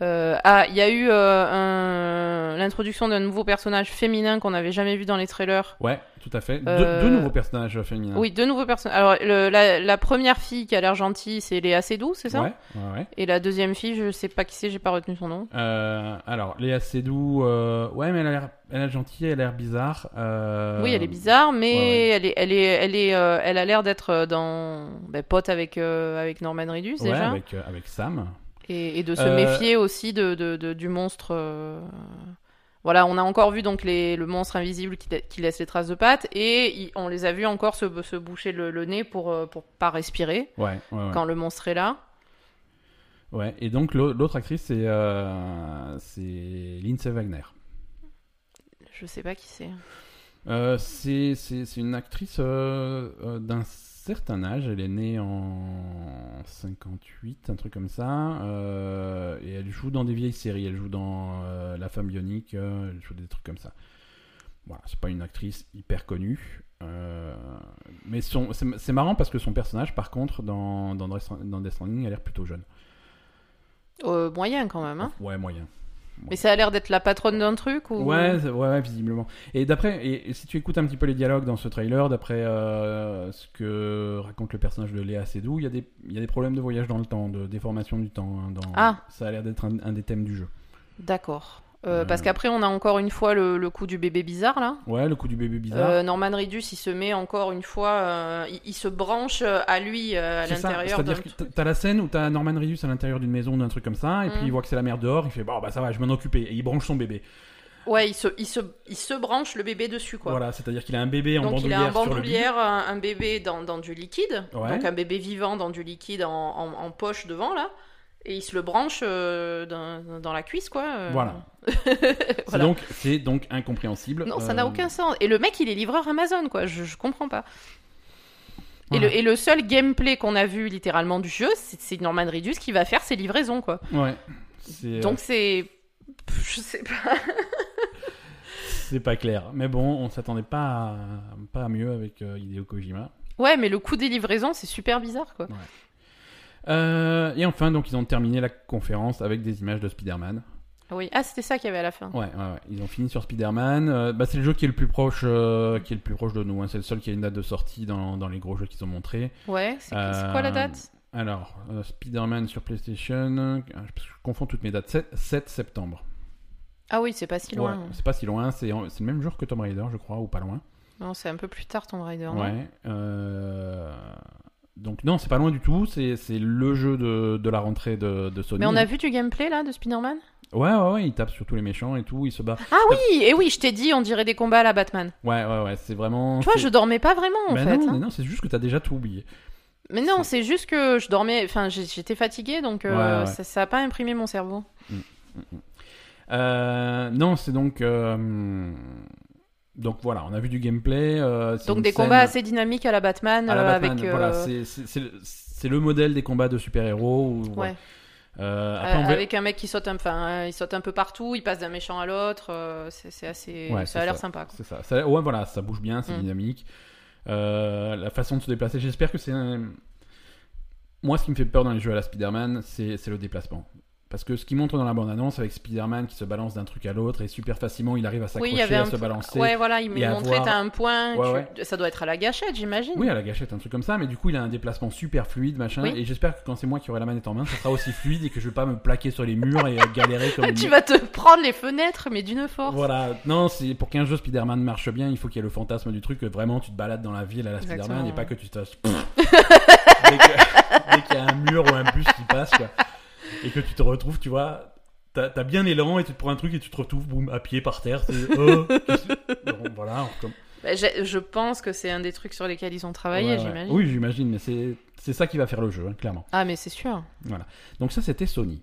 Euh, ah, il y a eu euh, un- l'introduction d'un nouveau personnage féminin qu'on n'avait jamais vu dans les trailers. ouais, tout à fait. Deux- Euh, Deux nouveaux personnages féminins. Oui, deux nouveaux personnages. Alors, le- la, la première fille qui a l'air gentille, c'est Léa Seydoux, c'est ça Ouais, ouais, ouais. Et la deuxième fille, je sais pas qui c'est, j'ai pas retenu son nom. Euh, alors, Léa Seydoux, euh, ouais, mais elle a l'air, elle a l'air gentille, elle a l'air bizarre. euh, Oui, elle est bizarre, mais ouais, ouais. elle est, elle est, elle est, euh, elle a l'air d'être euh, dans ben, pote avec euh, avec Norman Reedus Ouais, déjà, avec, euh, avec Sam. et, et de se Euh, méfier aussi de, de- de- du monstre. euh, Voilà, on a encore vu donc les, le monstre invisible qui, qui laisse les traces de pattes, et il- on les a vus encore se, se boucher le, le nez pour euh, pour pas respirer Ouais, ouais, ouais. quand le monstre est là. Ouais, et donc l'au- l'autre actrice, c'est euh, c'est Lindsay Wagner. Je sais pas qui c'est. Euh, c'est c'est- c'est une actrice euh, euh, d'un certain âge. Elle est née en 58, un truc comme ça. euh, et elle joue dans des vieilles séries. Elle joue dans euh, La femme bionique. euh, elle joue des trucs comme ça. Voilà, c'est pas une actrice hyper connue. euh, mais son- c'est c'est marrant parce que son personnage, par contre, dans, dans, Dress- dans Death Stranding, a l'air plutôt jeune. Euh, moyen quand même, hein. ouais, moyen. Mais ça a l'air d'être la patronne d'un truc ou Ouais, c'est- ouais, ouais, visiblement. Et d'après, et, et si tu écoutes un petit peu les dialogues dans ce trailer, d'après euh, ce que raconte le personnage de Léa Seydoux, il y, a des- il y a des problèmes de voyage dans le temps, de déformation du temps. hein, dans- Ah. Ça a l'air d'être un, un des thèmes du jeu. D'accord. Euh, Euh. Parce qu'après, on a encore une fois le, le coup du bébé bizarre là. Ouais, le coup du bébé bizarre. Euh, Norman Reedus, il se met encore une fois, euh, il, il se branche euh, à lui euh, à C'est ça, l'intérieur. d'un c'est-à-dire que truc. t'as- t'as la scène où t'as Norman Reedus à l'intérieur d'une maison ou d'un truc comme ça, et puis Mm. il voit que c'est la mère dehors, il fait bon bah ça va, je vais m'en occuper, et il branche son bébé. Ouais, il se, il, se, il se branche le bébé dessus quoi. Voilà, c'est-à-dire qu'il a un bébé en Donc il a bandoulière un sur le lit. bandoulière, un, un bébé dans, dans du liquide, Ouais. donc un bébé vivant dans du liquide en, en- en poche devant là, et il se le branche euh, dans, dans la cuisse quoi. euh. Voilà. C'est Voilà. donc, c'est donc incompréhensible. Non, ça Euh, n'a aucun sens. Et le mec, il est livreur Amazon, quoi. Je, je comprends pas. Voilà. Et, le, et le seul gameplay qu'on a vu littéralement du jeu, c'est c'est Norman Reedus qui va faire ses livraisons, quoi. Ouais. C'est, Donc c'est. Pff, Je sais pas. C'est pas clair. Mais bon, on s'attendait pas à, pas à mieux avec euh, Hideo Kojima. Ouais, mais le coût des livraisons, c'est super bizarre, quoi. Euh, et enfin, donc, ils ont terminé la conférence avec des images de Spider-Man. Ah Oui. Ah, c'était ça qu'il y avait à la fin. Ouais, ouais, ouais. Ils ont fini sur Spider-Man. Euh, bah, c'est le jeu qui est le plus proche, euh, qui est le plus proche de nous. hein. C'est le seul qui a une date de sortie dans, dans les gros jeux qu'ils ont montrés. Ouais. C'est c'est quoi la Euh, date Alors, euh, Spider-Man sur PlayStation. euh, Je, je confonds toutes mes dates. 7, 7 septembre. Ah oui, c'est pas si loin. Ouais, c'est pas si loin. C'est en- c'est le même jour que Tomb Raider, je crois, ou pas loin. Non, c'est un peu plus tard, Tomb Raider. non Ouais. euh, Donc non, c'est pas loin du tout. C'est c'est le jeu de, de la rentrée de, de Sony. Mais on a vu du gameplay là de Spider-Man Ouais, ouais, ouais. Il tape sur tous les méchants et tout. Il se bat. Ah oui, et oui, je t'ai dit, on dirait des combats à la Batman. Ouais, ouais, ouais. C'est vraiment. Tu vois, c'est- je dormais pas vraiment en Ben fait. non, hein. mais non, c'est juste que t'as déjà tout oublié. Mais non, c'est juste que je dormais, enfin j'ai- j'étais fatiguée, donc euh, Ouais, ouais. Ça, ça a pas imprimé mon cerveau. Euh, non, c'est donc. euh, Donc voilà, on a vu du gameplay. euh, c'est Donc une des scène combats assez dynamiques à la Batman, à la euh, Batman. avec... euh, Voilà, c'est- c'est c'est le- c'est le modèle des combats de super-héros. où- ouais, Euh, euh, après, on verra- avec un mec qui saute un, enfin, euh, il saute un peu partout, il passe d'un méchant à l'autre, euh, c'est c'est assez... Ouais, ça c'est a l'air ça. sympa. quoi. C'est ça. Ça- Ouais, voilà, ça bouge bien, c'est Mm. dynamique. Euh, la façon de se déplacer, j'espère que c'est un- Moi, ce qui me fait peur dans les jeux à la Spider-Man, c'est c'est le déplacement. Parce que ce qui montre dans la bande-annonce avec Spider-Man qui se balance d'un truc à l'autre et super facilement il arrive à Oui, s'accrocher, il y avait à un se peu- balancer. Ouais, voilà, il et me à montrait, voir- t'as un point, Ouais, tu- ça doit être à la gâchette, j'imagine. Oui, à la gâchette, un truc comme ça, mais du coup, il a un déplacement super fluide, machin. Oui. Et j'espère que quand c'est moi qui aurai la manette en main, ça sera aussi fluide et que je vais pas me plaquer sur les murs et euh, galérer comme une- Ah, tu vas te prendre les fenêtres, mais d'une force. Voilà, non, c'est pour qu'un jeu Spider-Man marche bien, il faut qu'il y ait le fantasme du truc que vraiment tu te balades dans la ville à la Spider-Man Exactement. et pas que tu te fasses dès que- dès qu'il y a un mur ou un bus qui passe quoi. et que tu te retrouves, tu vois, t'as t'as bien l'élan et tu te prends un truc et tu te retrouves boum à pied par terre. c'est- Oh, qu'est-ce que- Bon, voilà, on recomm- Bah, j'ai- je pense que c'est un des trucs sur lesquels ils ont travaillé, Ouais, ouais. j'imagine. Oui, j'imagine, mais c'est c'est ça qui va faire le jeu hein, clairement. Ah, mais c'est sûr. Donc ça c'était Sony.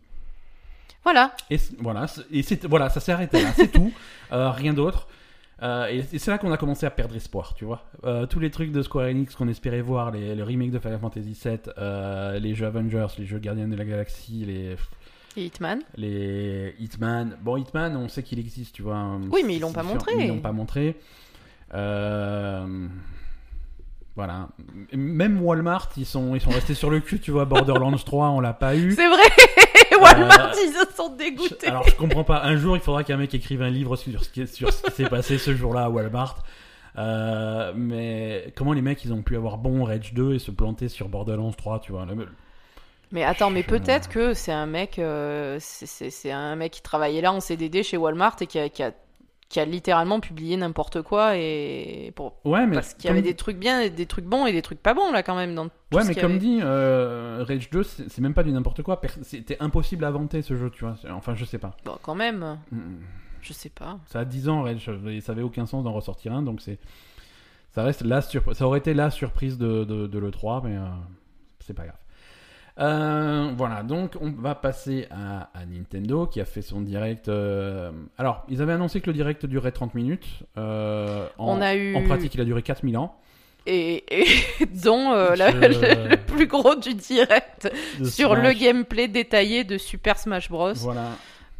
Voilà, Et c- voilà, c- et c'est voilà, ça s'est arrêté là, c'est tout, Euh, rien d'autre. Euh, et et c'est là qu'on a commencé à perdre espoir, tu vois. Euh, tous les trucs de Square Enix qu'on espérait voir, les, le remake de Final Fantasy VII, euh, les jeux Avengers, les jeux Gardiens de la Galaxie, les, et Hitman. les Hitman. Bon, Hitman, on sait qu'il existe, tu vois. hein, Oui, mais ils l'ont C'est pas sûr, montré. Ils l'ont pas montré. Euh, Voilà. Même Walmart, ils sont, ils sont restés sur le cul, tu vois. Borderlands 3, on l'a pas eu. C'est vrai Walmart, ils se sont dégoûtés. Alors Euh, je comprends pas. Un jour, il faudra qu'un mec écrive un livre sur ce qui, sur ce qui s'est passé ce jour-là à Walmart. Euh, mais comment les mecs ils ont pu avoir bon Rage 2 et se planter sur Borderlands 3, tu vois le- le- Mais attends, mais Je- peut-être que c'est un mec, euh, c'est- c'est c'est un mec qui travaillait là en CDD chez Walmart et qui a, qui a, qui a littéralement publié n'importe quoi et pour, Ouais, mais parce qu'il y comme- avait des trucs bien, et des trucs bons et des trucs pas bons là quand même dans. tout ouais, ce mais qu'il y comme avait. dit euh, Rage 2, c'est c'est même pas du n'importe quoi. Per- C'était impossible à inventer ce jeu, tu vois. Enfin, je sais pas. Bon, quand même, Mm. je sais pas. Ça a 10 ans Rage, et ça avait aucun sens d'en ressortir un, donc c'est ça reste la surprise. Ça aurait été la surprise de, de, de l'E3, mais euh, c'est pas grave. Euh, voilà, donc on va passer à, à Nintendo qui a fait son direct. euh, Alors, ils avaient annoncé que le direct durait 30 minutes. euh, en, On a eu- en pratique, il a duré 4000 ans. Et, et dont euh, la- Je- le, le plus gros du direct De sur le Smash. gameplay détaillé de Super Smash Bros. Voilà.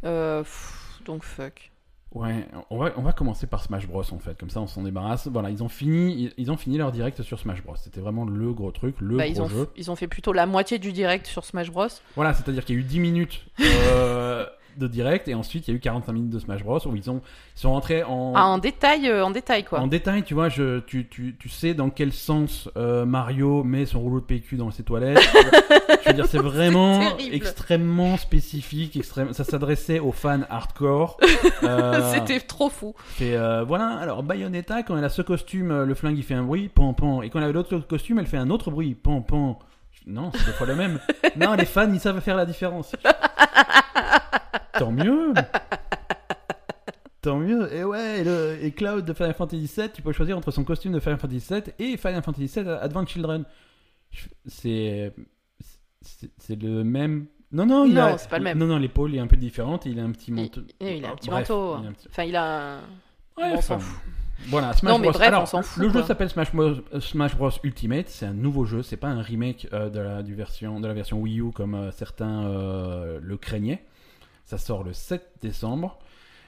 Euh, pff, donc fuck. Ouais, on va, on va commencer par Smash Bros en fait, comme ça on s'en débarrasse. Voilà, ils ont fini, ils, ils ont fini leur direct sur Smash Bros. C'était vraiment le gros truc, le Bah, gros ils, ont, jeu. ils ont fait plutôt la moitié du direct sur Smash Bros. Voilà, c'est-à-dire qu'il y a eu 10 minutes euh, de direct et ensuite il y a eu 45 minutes de Smash Bros où ils, ont, ils sont rentrés en, Ah, en détail, euh, en détail quoi. en détail. Tu vois, je, tu, tu, tu sais dans quel sens euh, Mario met son rouleau de PQ dans ses toilettes. Je veux dire, c'est vraiment terrible. extrêmement spécifique, extrême. Ça s'adressait aux fans hardcore. Euh, C'était trop fou. Fait, euh, voilà, alors Bayonetta, quand elle a ce costume, euh, le flingue il fait un bruit, pan pan. Et quand elle a l'autre costume, elle fait un autre bruit, pan pan. Je- Non, c'est deux fois le même. Non, les fans, ils savent faire la différence. Tant mieux. Tant mieux. Et ouais, et le- et Cloud de Final Fantasy VII, tu peux choisir entre son costume de Final Fantasy VII et Final Fantasy VII Advent Children. Je- C'est. c'est- C'est le même. Non, non, il Non, a- c'est pas le même. Non, non, l'épaule est un peu différente. Il a un petit Il, manteau. il a un petit Bref, manteau. hein. il a un petit- Enfin, il a un. Ouais, Bon, on s'en enfin, Voilà, Smash Non, mais Bros. bref, Alors, on s'en fout, Le quoi. jeu s'appelle Smash, Bros- euh, Smash Bros Ultimate. C'est un nouveau jeu. C'est pas un remake euh, de, la, du version, de la version Wii U comme euh, certains euh, le craignaient. Ça sort le 7 décembre.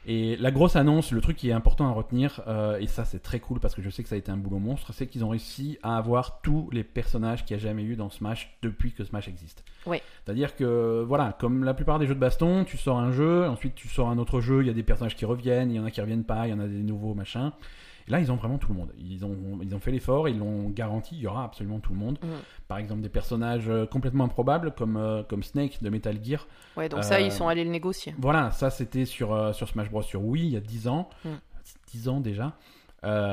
Et la grosse annonce, le truc qui est important à retenir, euh, et ça c'est très cool parce que je sais que ça a été un boulot monstre, c'est qu'ils ont réussi à avoir tous les personnages qu'il y a jamais eu dans Smash depuis que Smash existe. Ouais. C'est-à-dire que, voilà, comme la plupart des jeux de baston, tu sors un jeu, ensuite tu sors un autre jeu, il y a des personnages qui reviennent, il y en a qui reviennent pas, il y en a des nouveaux, machin. Et là, ils ont vraiment tout le monde. Ils ont, ils ont fait l'effort, ils l'ont garanti, il y aura absolument tout le monde. Mhm. Par exemple, des personnages euh, complètement improbables comme, euh, comme Snake de Metal Gear, Ouais, donc ça, Euh, ils sont allés le négocier. voilà, ça c'était sur, euh, sur Smash Bros. sur Wii il y a 10 ans. Mm. 10 ans déjà.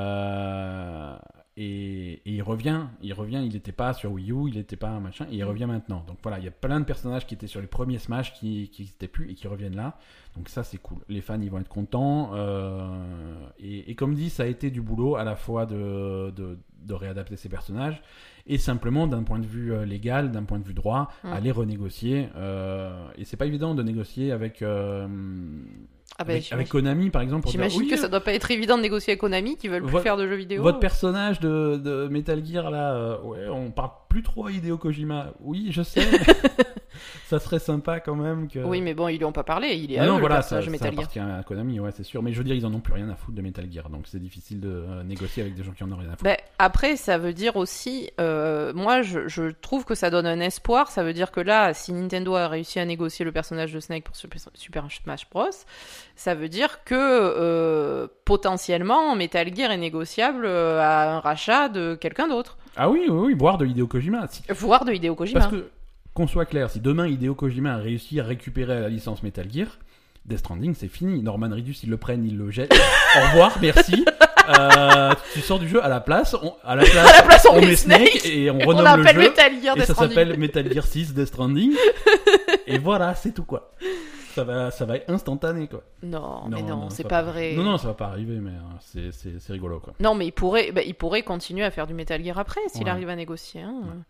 Euh, et, et il revient, il revient, il n'était pas sur Wii U, il n'était pas un machin, et il Mm. revient maintenant. Donc voilà, il y a plein de personnages qui étaient sur les premiers Smash qui qui n'existaient plus et qui reviennent là. Donc ça c'est cool. Les fans ils vont être contents. euh, et, et comme dit, ça a été du boulot à la fois de, de, de réadapter ces personnages et simplement d'un point de vue euh, légal, d'un point de vue droit, Mm. aller renégocier. euh, et c'est pas évident de négocier avec, euh, Ah bah, avec, avec j'imagine Konami par exemple. pour dire, j'imagine oui, que ça doit pas être évident de négocier avec Konami qui veulent plus Votre- faire de jeux vidéo. Votre personnage de, de Metal Gear là, euh, ouais, on parle plus trop à Hideo Kojima. Oui, je sais. ça serait sympa quand même que. Ah Oui, mais bon, ils lui ont pas parlé. Il est à non, eux, non, le voilà, ça, personnage ça de Metal Gear. appartient à Konami, ouais, c'est sûr. Mais je veux dire, ils en ont plus rien à foutre de Metal Gear, donc c'est difficile de euh, négocier avec des gens qui en ont rien à foutre. Ben, après, ça veut dire aussi, euh, moi je, je trouve que ça donne un espoir. Ça veut dire que là, si Nintendo a réussi à négocier le personnage de Snake pour Super- Super Smash Bros, ça veut dire que euh, potentiellement Metal Gear est négociable euh, à un rachat de quelqu'un d'autre, Ah oui, oui, oui, voire de Hideo Kojima. Si- voire de Hideo Kojima. Parce que, qu'on soit clair, si demain Hideo Kojima a réussi à récupérer la licence Metal Gear, Death Stranding, c'est fini. Norman Reedus, ils le prennent, ils le jettent. Au revoir, merci. Euh, tu sors du jeu à la place. On, à la place, À la place, on, on met met Snake, Snake et on on renomme le appelle jeu. Metal Gear Et Death ça Stranding. s'appelle Metal Gear 6 Death Stranding. et voilà, c'est tout quoi. Ça va, ça va être instantané quoi. Non, Oh, mais non, c'est ça pas va- vrai. Non, non, ça va pas arriver, mais euh, c'est- c'est c'est rigolo quoi. Non, mais il pourrait, ben, il pourrait continuer à faire du Metal Gear après s'il Ouais. arrive à négocier. hein. Ouais.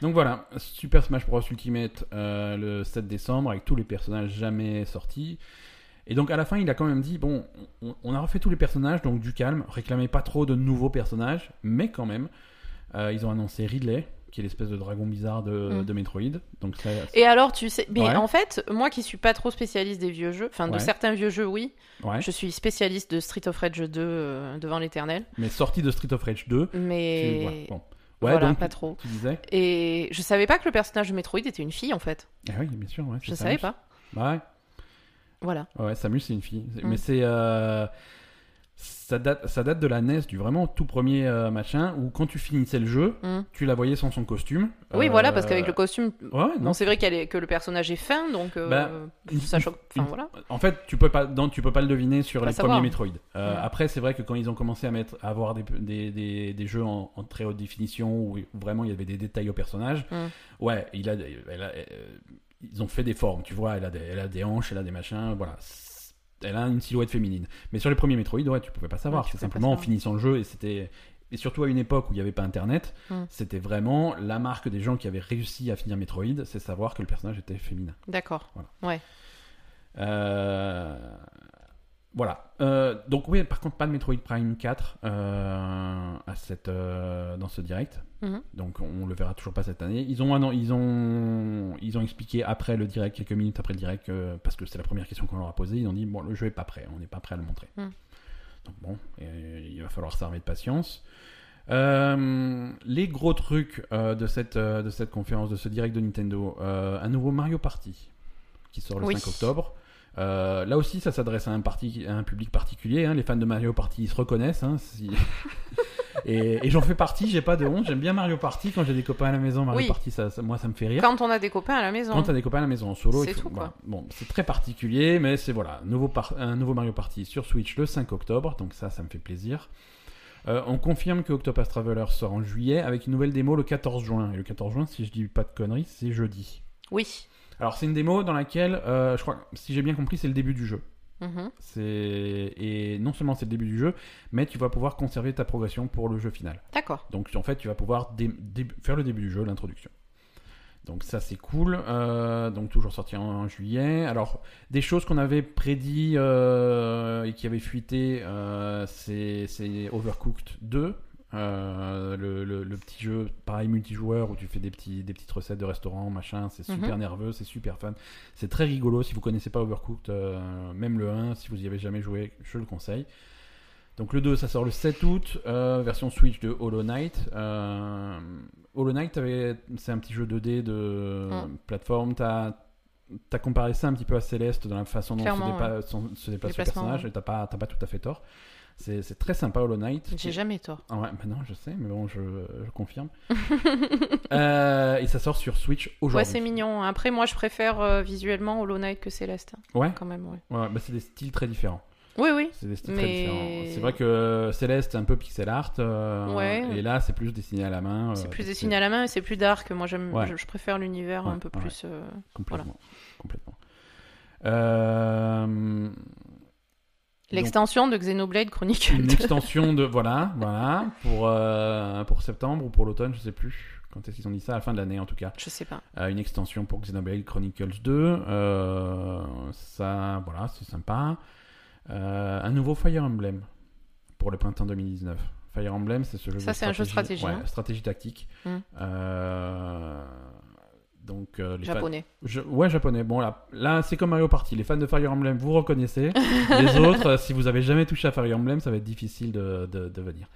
Donc voilà, Super Smash Bros Ultimate euh, le 7 décembre avec tous les personnages jamais sortis. Et donc à la fin, il a quand même dit bon, on, on a refait tous les personnages, donc du calme, réclamez pas trop de nouveaux personnages, mais quand même, euh, ils ont annoncé Ridley, qui est l'espèce de dragon bizarre de, Mm. de Metroid. Donc ça, Et alors, tu sais, mais Ouais. en fait, moi qui suis pas trop spécialiste des vieux jeux, enfin de Ouais. certains vieux jeux, oui, ouais. je suis spécialiste de Street of Rage 2 euh, devant l'éternel, Mais sorti de Street of Rage 2, tu- mais ouais, bon. Ouais, voilà, donc, pas trop. tu disais Et je savais pas que le personnage de Metroid était une fille en fait, Ah oui, bien sûr, ouais. c'est je ça, savais pas. Ouais. Voilà. Ouais, Samus, c'est une fille. Mm. Mais c'est. euh, ça, date, ça date de la NES, du vraiment tout premier euh, machin, où quand tu finissais le jeu, Mm. tu la voyais sans son costume. Oui, Euh, voilà, parce qu'avec le costume, Ouais, ouais, non. bon, c'est vrai qu'elle est- que le personnage est fin, donc euh, Bah, une- ça choque. une- Enfin voilà. En fait, tu peux pas, non, tu peux pas le deviner sur Pas les savoir. premiers Metroid. Euh, Mm. Après, c'est vrai que quand ils ont commencé à, mettre, à avoir des, des, des, des jeux en, en très haute définition, où vraiment il y avait des détails au personnage, Mm. ouais, il a, des- elle a- euh, ils ont fait des formes, tu vois, elle a des, elle a des hanches, elle a des machins, voilà. Elle a une silhouette féminine. Mais sur les premiers Metroid, ouais, tu pouvais pas savoir. Ouais, tu c'est pouvais pas simplement en savoir. finissant le jeu et c'était. et surtout à une époque où il n'y avait pas Internet, Mm. c'était vraiment la marque des gens qui avaient réussi à finir Metroid, c'est savoir que le personnage était féminin. D'accord. Euh, Voilà. Euh, donc oui, par contre, pas de Metroid Prime 4 euh, à cette, euh, dans ce direct. Mhm. Donc on le verra toujours pas cette année. Ils ont, annon- ils ont, ils ont expliqué après le direct, quelques minutes après le direct, que- parce que c'est la première question qu'on leur a posée, ils ont dit, bon, le jeu est pas prêt, on n'est pas prêt à le montrer. Mhm. Donc bon, euh, il va falloir s'armer de patience. Euh, les gros trucs euh, de, cette, euh, de cette conférence, de ce direct de Nintendo, euh, un nouveau Mario Party qui sort le Oui. 5 octobre. Euh, là aussi, ça s'adresse à, un parti- à un public particulier. hein. Les fans de Mario Party, ils se reconnaissent. hein, si- et et j'en fais partie, j'ai pas de honte. J'aime bien Mario Party. Quand j'ai des copains à la maison, Mario Oui. Party, ça, ça- moi, ça me fait rire. Quand on a des copains à la maison. Quand t'as des copains à la maison en solo, C'est il faut- tout, quoi. voilà. Bon, c'est très particulier, mais c'est voilà, nouveau par- un nouveau Mario Party sur Switch le 5 octobre, donc ça, ça me fait plaisir. Euh, on confirme que Octopus Traveler sort en juillet avec une nouvelle démo le 14 juin. Et le 14 juin, si je dis pas de conneries, c'est jeudi. Oui. Alors c'est une démo dans laquelle, euh, je crois, que, si j'ai bien compris, c'est le début du jeu. Mhm. C'est et non seulement c'est le début du jeu, mais tu vas pouvoir conserver ta progression pour le jeu final. D'accord. Donc en fait, tu vas pouvoir dé- dé- faire le début du jeu, l'introduction. Donc ça c'est cool. Euh, donc toujours sorti en, en juillet. Alors des choses qu'on avait prédit euh, et qui avaient fuité, euh, c'est c'est Overcooked 2. euh, le, le- le petit jeu pareil multijoueur où tu fais des, petits, des petites recettes de restaurant machin c'est super nerveux c'est super fun c'est très rigolo si vous connaissez pas Overcooked euh, même le 1 si vous y avez jamais joué je le conseille donc le 2, ça sort le 7 août, euh, version Switch de Hollow Knight. Euh, Hollow Knight, avait- c'est un petit jeu 2D de Mm. plateforme. T'as as comparé ça un petit peu à Céleste dans la façon dont se, Clairement, dépa- son- se déplace le Déplacement, personnage, ouais. et t'as pas, t'as pas tout à fait tort. C'est c'est très sympa Hollow Knight. J'ai jamais tort. Ah ouais, bah non, je sais, mais bon, je, je confirme. Euh, et ça sort sur Switch Ouais, aujourd'hui. c'est mignon. Après, moi, je préfère euh, visuellement Hollow Knight que Céleste, hein, Ouais, quand même. ouais. ouais, bah c'est des styles très différents. Oui, oui. C'est des styles Mais- très différents. C'est vrai que euh, Céleste est un peu pixel art, euh, Ouais. et là c'est plus dessiné à la main. euh, C'est plus dessiné à la main et c'est plus dark. Moi, j'aime, Ouais. je, je préfère l'univers Ouais, un peu ouais. plus. euh, Complètement. complètement. Euh, L'extension de Xenoblade Chronicle. une extension de voilà, voilà pour euh, pour septembre ou pour l'automne, je sais plus. Quand est-ce qu'ils ont dit ça À la fin de l'année en tout cas. Je sais pas. Euh, une extension pour Xenoblade Chronicles 2. euh, ça, voilà, c'est sympa. Euh, un nouveau Fire Emblem pour le printemps 2019. Fire Emblem, c'est ce jeu. Ça, de c'est un jeu de stratégie, ouais, hein. stratégie tactique. Mm. Euh, donc, euh, les fans- Japonais. Je- ouais, japonais. Bon, là, là c'est comme Mario Party. Les fans de Fire Emblem, vous reconnaissez. Les autres, euh, si vous avez jamais touché à Fire Emblem, ça va être difficile de, de- de venir.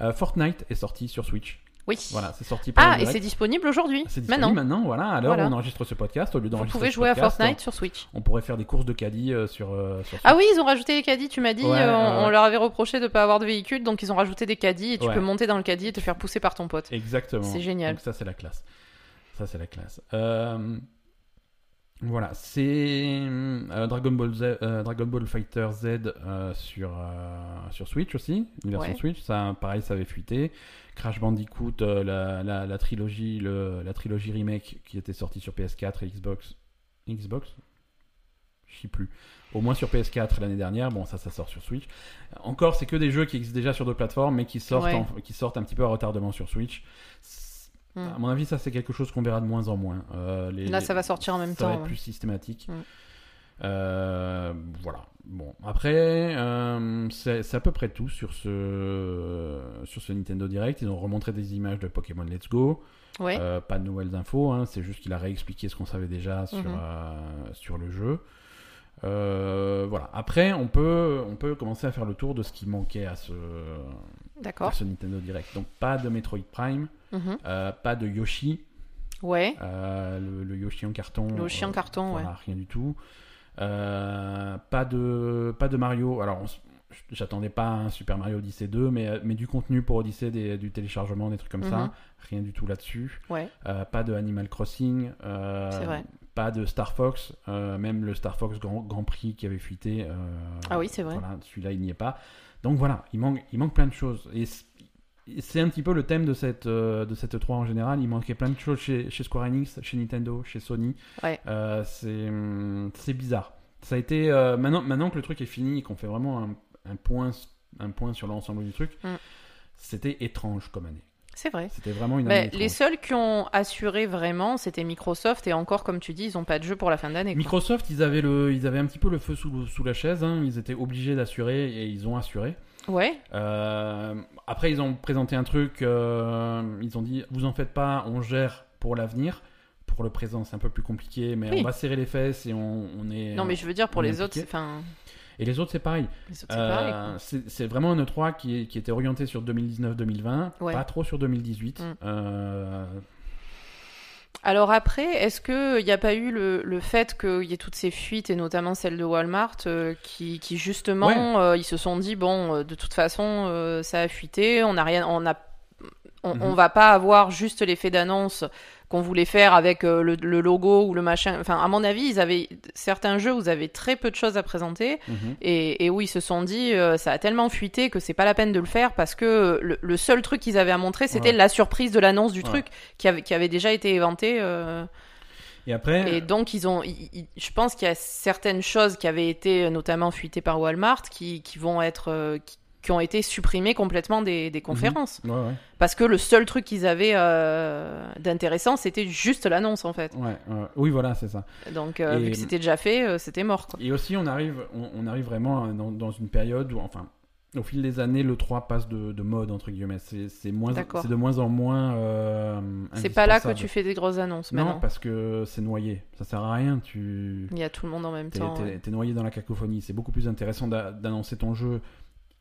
Euh, Fortnite est sorti sur Switch. Oui. Voilà, c'est sorti par Ah, et c'est disponible aujourd'hui. Ah, c'est disponible Maintenant, maintenant. voilà. Alors Voilà. on enregistre ce podcast au lieu vous d'enregistrer. pouvez ce jouer à podcast, Fortnite sur Switch. On pourrait faire des courses de caddie euh, sur, euh, sur Ah oui, ils ont rajouté les caddies, tu m'as dit, Ouais, euh, on, ouais, ouais. on leur avait reproché de pas avoir de véhicule, donc ils ont rajouté des caddies et tu Ouais. peux monter dans le caddie et te faire pousser par ton pote. Exactement. C'est génial. Donc ça c'est la classe. Ça c'est la classe. Euh, Voilà, c'est euh, Dragon Ball Z, euh, Dragon Ball Fighter Z euh, sur euh, sur Switch aussi, une version Ouais. Switch. Ça, pareil, ça avait fuité. Crash Bandicoot, euh, la, la- la trilogie, le- la trilogie remake qui était sortie sur PS4 et Xbox, Xbox, je sais plus. Au moins sur PS4 l'année dernière. Bon, ça, ça sort sur Switch. Encore, c'est que des jeux qui existent déjà sur deux plateformes, mais qui sortent, Ouais. en- qui sortent un petit peu à retardement sur Switch. C'est- Mm. À mon avis, ça, c'est quelque chose qu'on verra de moins en moins. Euh, les- Là, les- ça va sortir en même ça va temps. être ouais. plus systématique. Mm. Euh, voilà. Bon, après, euh, c'est c'est à peu près tout sur ce, sur ce Nintendo Direct. Ils ont remontré des images de Pokémon Let's Go. Ouais. Euh, pas de nouvelles infos, hein, c'est juste qu'il a réexpliqué ce qu'on savait déjà sur, Mhm. euh, sur le jeu. Euh, voilà. Après, on peut, on peut commencer à faire le tour de ce qui manquait à ce, à D'accord. ce Nintendo Direct. Donc, pas de Metroid Prime, Mhm. euh, pas de Yoshi, Ouais. euh, le, le Yoshi en carton. Le chien euh, carton, ouais. voilà, rien du tout. Euh, pas de pas de Mario. Alors on s- j'attendais pas un Super Mario Odyssey 2, mais euh, mais du contenu pour Odyssey, des- du téléchargement, des trucs comme Mhm. ça, rien du tout là-dessus. Ouais. Euh, pas de Animal Crossing. euh, C'est vrai. Pas de Star Fox. euh, même le Star Fox Grand, Grand Prix qui avait fuité. euh, Ah oui, c'est vrai. voilà, celui-là il n'y est pas. Donc voilà, il manque il manque plein de choses et c- et c'est un petit peu le thème de cette, euh, de cette 3 en général. Il manquait plein de choses chez, chez Square Enix, chez Nintendo, chez Sony. Ouais. Euh, c'est hum, c'est bizarre. Ça a été euh, maintenant, maintenant que le truc est fini et qu'on fait vraiment un, un point, un point sur l'ensemble du truc, Mm. ça- C'était étrange comme année. C'est vrai. C'était vraiment une Bah, année. les étrange. seuls qui ont assuré vraiment, c'était Microsoft. Et encore, comme tu dis, ils n'ont pas de jeu pour la fin d'année. quoi. Microsoft, ils avaient, le, ils avaient un petit peu le feu sous, sous la chaise. hein. Ils étaient obligés d'assurer et ils ont assuré. Ouais, Euh, après, ils ont présenté un truc. euh, ils ont dit vous en faites pas, on gère pour l'avenir. Pour le présent, c'est un peu plus compliqué, mais Oui. on va serrer les fesses et on, on est. non mais je veux dire pour on est les autres, impliqué. c'est- enfin, Et les autres, c'est pareil. les autres, c'est Euh, pareil, quoi. c'est c'est vraiment un E3 qui, est- qui était orienté sur 2019-2020, Ouais. pas trop sur 2018. Mm. Euh, Alors après, est-ce qu'il n'y a pas eu le, le fait qu'il y ait toutes ces fuites, et notamment celle de Walmart, euh, qui, qui justement, Ouais. euh, ils se sont dit, bon, euh, de toute façon, euh, ça a fuité, on n'a rien, on a... On, Mhm. on va pas avoir juste l'effet d'annonce qu'on voulait faire avec euh, le, le logo ou le machin. Enfin, à mon avis, ils avaient certains jeux où ils avaient très peu de choses à présenter mhm. et, et où ils se sont dit euh, ça a tellement fuité que c'est pas la peine de le faire parce que le, le seul truc qu'ils avaient à montrer c'était Ouais. la surprise de l'annonce du Ouais. truc qui avait, qui avait déjà été éventé euh, Et après, et donc ils ont ils- ils- je pense qu'il y a certaines choses qui avaient été euh, notamment fuitées par Walmart qui, qui vont être euh, qui, qui ont été supprimées complètement des, Mhm. des conférences ouais, ouais, parce que le seul truc qu'ils avaient euh, d'intéressant c'était juste l'annonce en fait ouais, ouais. oui, voilà, c'est ça. donc euh, Et- vu que c'était déjà fait euh, c'était mort quoi Et aussi, on arrive, on, on arrive vraiment à- dans, dans une période où, enfin, au fil des années, le 3 passe de, de mode, entre guillemets. C'est c'est moins- D'accord. c'est de moins en moins. euh, c'est pas là que indispensable. tu fais des grosses annonces Non, maintenant parce que c'est noyé. Ça sert à rien. Tu. il y a tout le monde en même T'es temps t'es- ouais. t'es noyé dans la cacophonie. C'est beaucoup plus intéressant d'a- d'annoncer ton jeu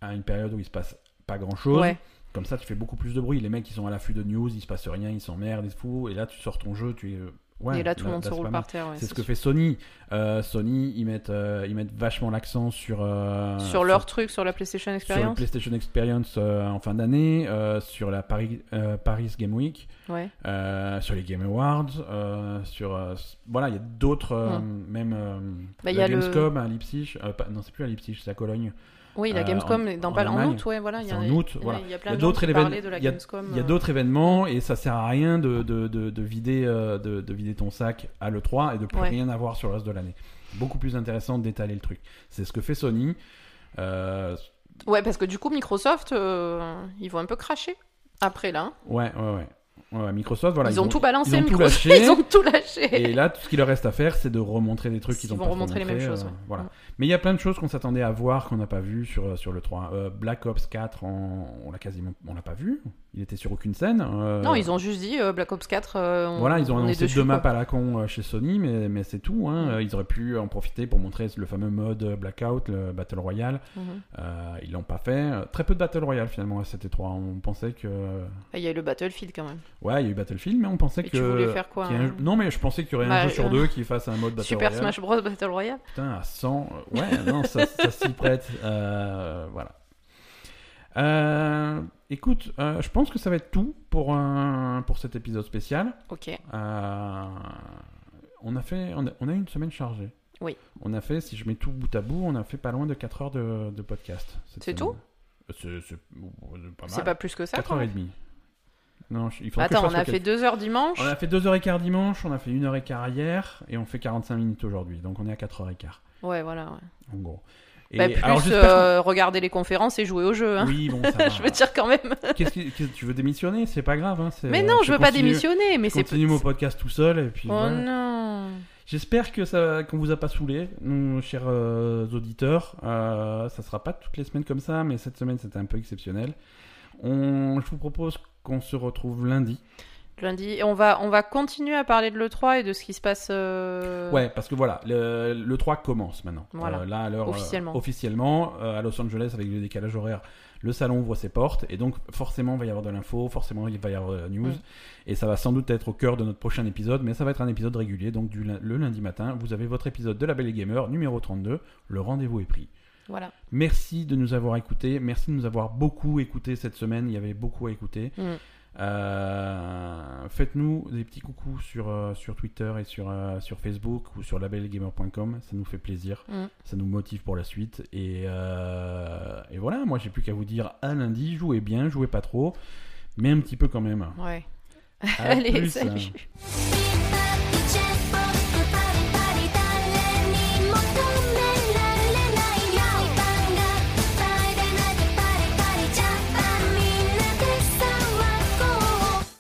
à une période où il se passe pas grand chose. Ouais. Comme ça, tu fais beaucoup plus de bruit. Les mecs, ils sont à l'affût de news, il se passe rien, ils s'emmerdent, ils se foutent. Et là, tu sors ton jeu, tu es. euh, Ouais, et là, tout le monde se c'est roule pas mal. par terre. ouais, C'est ce que fait Sony. Euh, Sony, ils mettent, euh, ils mettent vachement l'accent sur. euh, Sur leur truc, sur la PlayStation sur le Experience PlayStation Experience euh, en fin d'année, euh, sur la Paris, euh, Paris Game Week, Ouais. euh, sur les Game Awards, euh, sur euh, s- voilà, il y a d'autres euh, Ouais. même euh, Bah, il la y a le- Gamescom à Leipzig, euh, pas- non c'est plus à Leipzig, c'est à Cologne. Oui, la Euh, Gamescom, en- est dans en pas- en, Allemagne, août, ouais, voilà. il y c'est a- en août, ouais, voilà. Il y a plein Il y a de gens d'autres qui événements- parlaient de la il y a- Gamescom. Il y a euh, d'autres événements et ça sert à rien de, de, de, de vider, euh, de, de vider ton sac à l'E3 et de plus Ouais. rien avoir sur le reste de l'année. Beaucoup plus intéressant d'étaler le truc. C'est ce que fait Sony. Euh, Ouais, parce que du coup, Microsoft, euh, ils vont un peu cracher après, là. hein. ouais, ouais, ouais. Ouais, ouais, Microsoft, voilà. ils, ont tout balancé, ils ont tout Microsoft. lâché. ils ont tout lâché. Et là, tout ce qu'il leur reste à faire, c'est de remontrer des trucs Ils qu'ils ont vont pas trop remontrer les montrés, mêmes choses, euh, ouais. Mm. voilà. Ouais. Mais il y a plein de choses qu'on s'attendait à voir qu'on n'a pas vu sur, euh, sur le 3. Euh, Black Ops 4, en- on l'a quasiment, on l'a pas vu. Il était sur aucune scène. Euh, Non, ils ont juste dit euh, Black Ops 4. euh, on, Voilà, ils ont on est annoncé dessus, deux quoi. Mm. maps à la con euh, chez Sony, mais, mais c'est tout. hein. Euh, Ils auraient pu en profiter pour montrer le fameux mode euh, Blackout, le Battle Royale. Mhm. Euh, ils l'ont pas fait. Euh, Très peu de Battle Royale finalement à cet E3. On pensait que. euh, Et Il y a eu le Battlefield quand même. Ouais, il y a eu Battlefield, mais on pensait Et que. tu voulais faire quoi qu'il y ait un- hein Non, mais je pensais qu'il y aurait un Bah, jeu sur euh, deux qui fasse un mode Battle Super Royale. Smash Bros. Battle Royale Putain, à 100. euh, Ouais, non, ça, ça s'y prête. Euh, voilà. Euh, écoute, euh, je pense que ça va être tout pour, un, pour cet épisode spécial. Ok. Euh, on, a fait, on, a, on a eu une semaine chargée. Oui. On a fait, si je mets tout bout à bout, on a fait pas loin de 4 heures de, de podcast. cette C'est semaine. C'est c'est- euh, pas C'est mal. pas plus que ça, 4 quand heures et même. demie. Non, je- il faudra que je Attends, fasse on le a calcul. fait deux heures dimanche. On a fait 2h15 dimanche, on a fait 1h15 hier, et on fait 45 minutes aujourd'hui. Donc on est à 4h15, Ouais, voilà. ouais. en gros. Et Bah, plus j'espère qu'on- euh, regarder les conférences et jouer au jeu. hein. Oui, bon, ça va. Je veux dire quand même. Qu'est-ce que- qu'est-ce- tu veux démissionner C'est pas grave. Hein, c'est- Mais non, je veux pas continue- démissionner, mais Je c'est continue mon podcast tout seul, et puis Oh voilà. non. J'espère que ça, qu'on vous a pas saoulé, nos chers euh, auditeurs. Euh, ça sera pas toutes les semaines comme ça, mais cette semaine c'était un peu exceptionnel. On, je vous propose qu'on se retrouve lundi. Lundi, Et on va on va continuer à parler de le 3 et de ce qui se passe. euh, Ouais, parce que voilà, le, le 3 commence maintenant. Voilà. Euh, là, à l'heure, euh, Officiellement. officiellement, euh, à Los Angeles, avec le décalage horaire, le salon ouvre ses portes. Et donc, forcément, il va y avoir de l'info, forcément, il va y avoir de la news. Mm. Et ça va sans doute être au cœur de notre prochain épisode, mais ça va être un épisode régulier. Donc, du, lin- le lundi matin, vous avez votre épisode de La Belle et Gamer, numéro 32. Le rendez-vous est pris. Voilà. Merci de nous avoir écoutés. Merci de nous avoir beaucoup écoutés cette semaine. Il y avait beaucoup à écouter. Mm. Euh, Faites-nous des petits coucous sur, euh, sur Twitter et sur, euh, sur Facebook ou sur labelgamer.com. Ça nous fait plaisir. Mm. Ça nous motive pour la suite. Et, euh, et voilà, moi j'ai plus qu'à vous dire à lundi. Jouez bien, jouez pas trop. Mais un petit peu quand même. Ouais. À Allez, plus. salut. It's a beautiful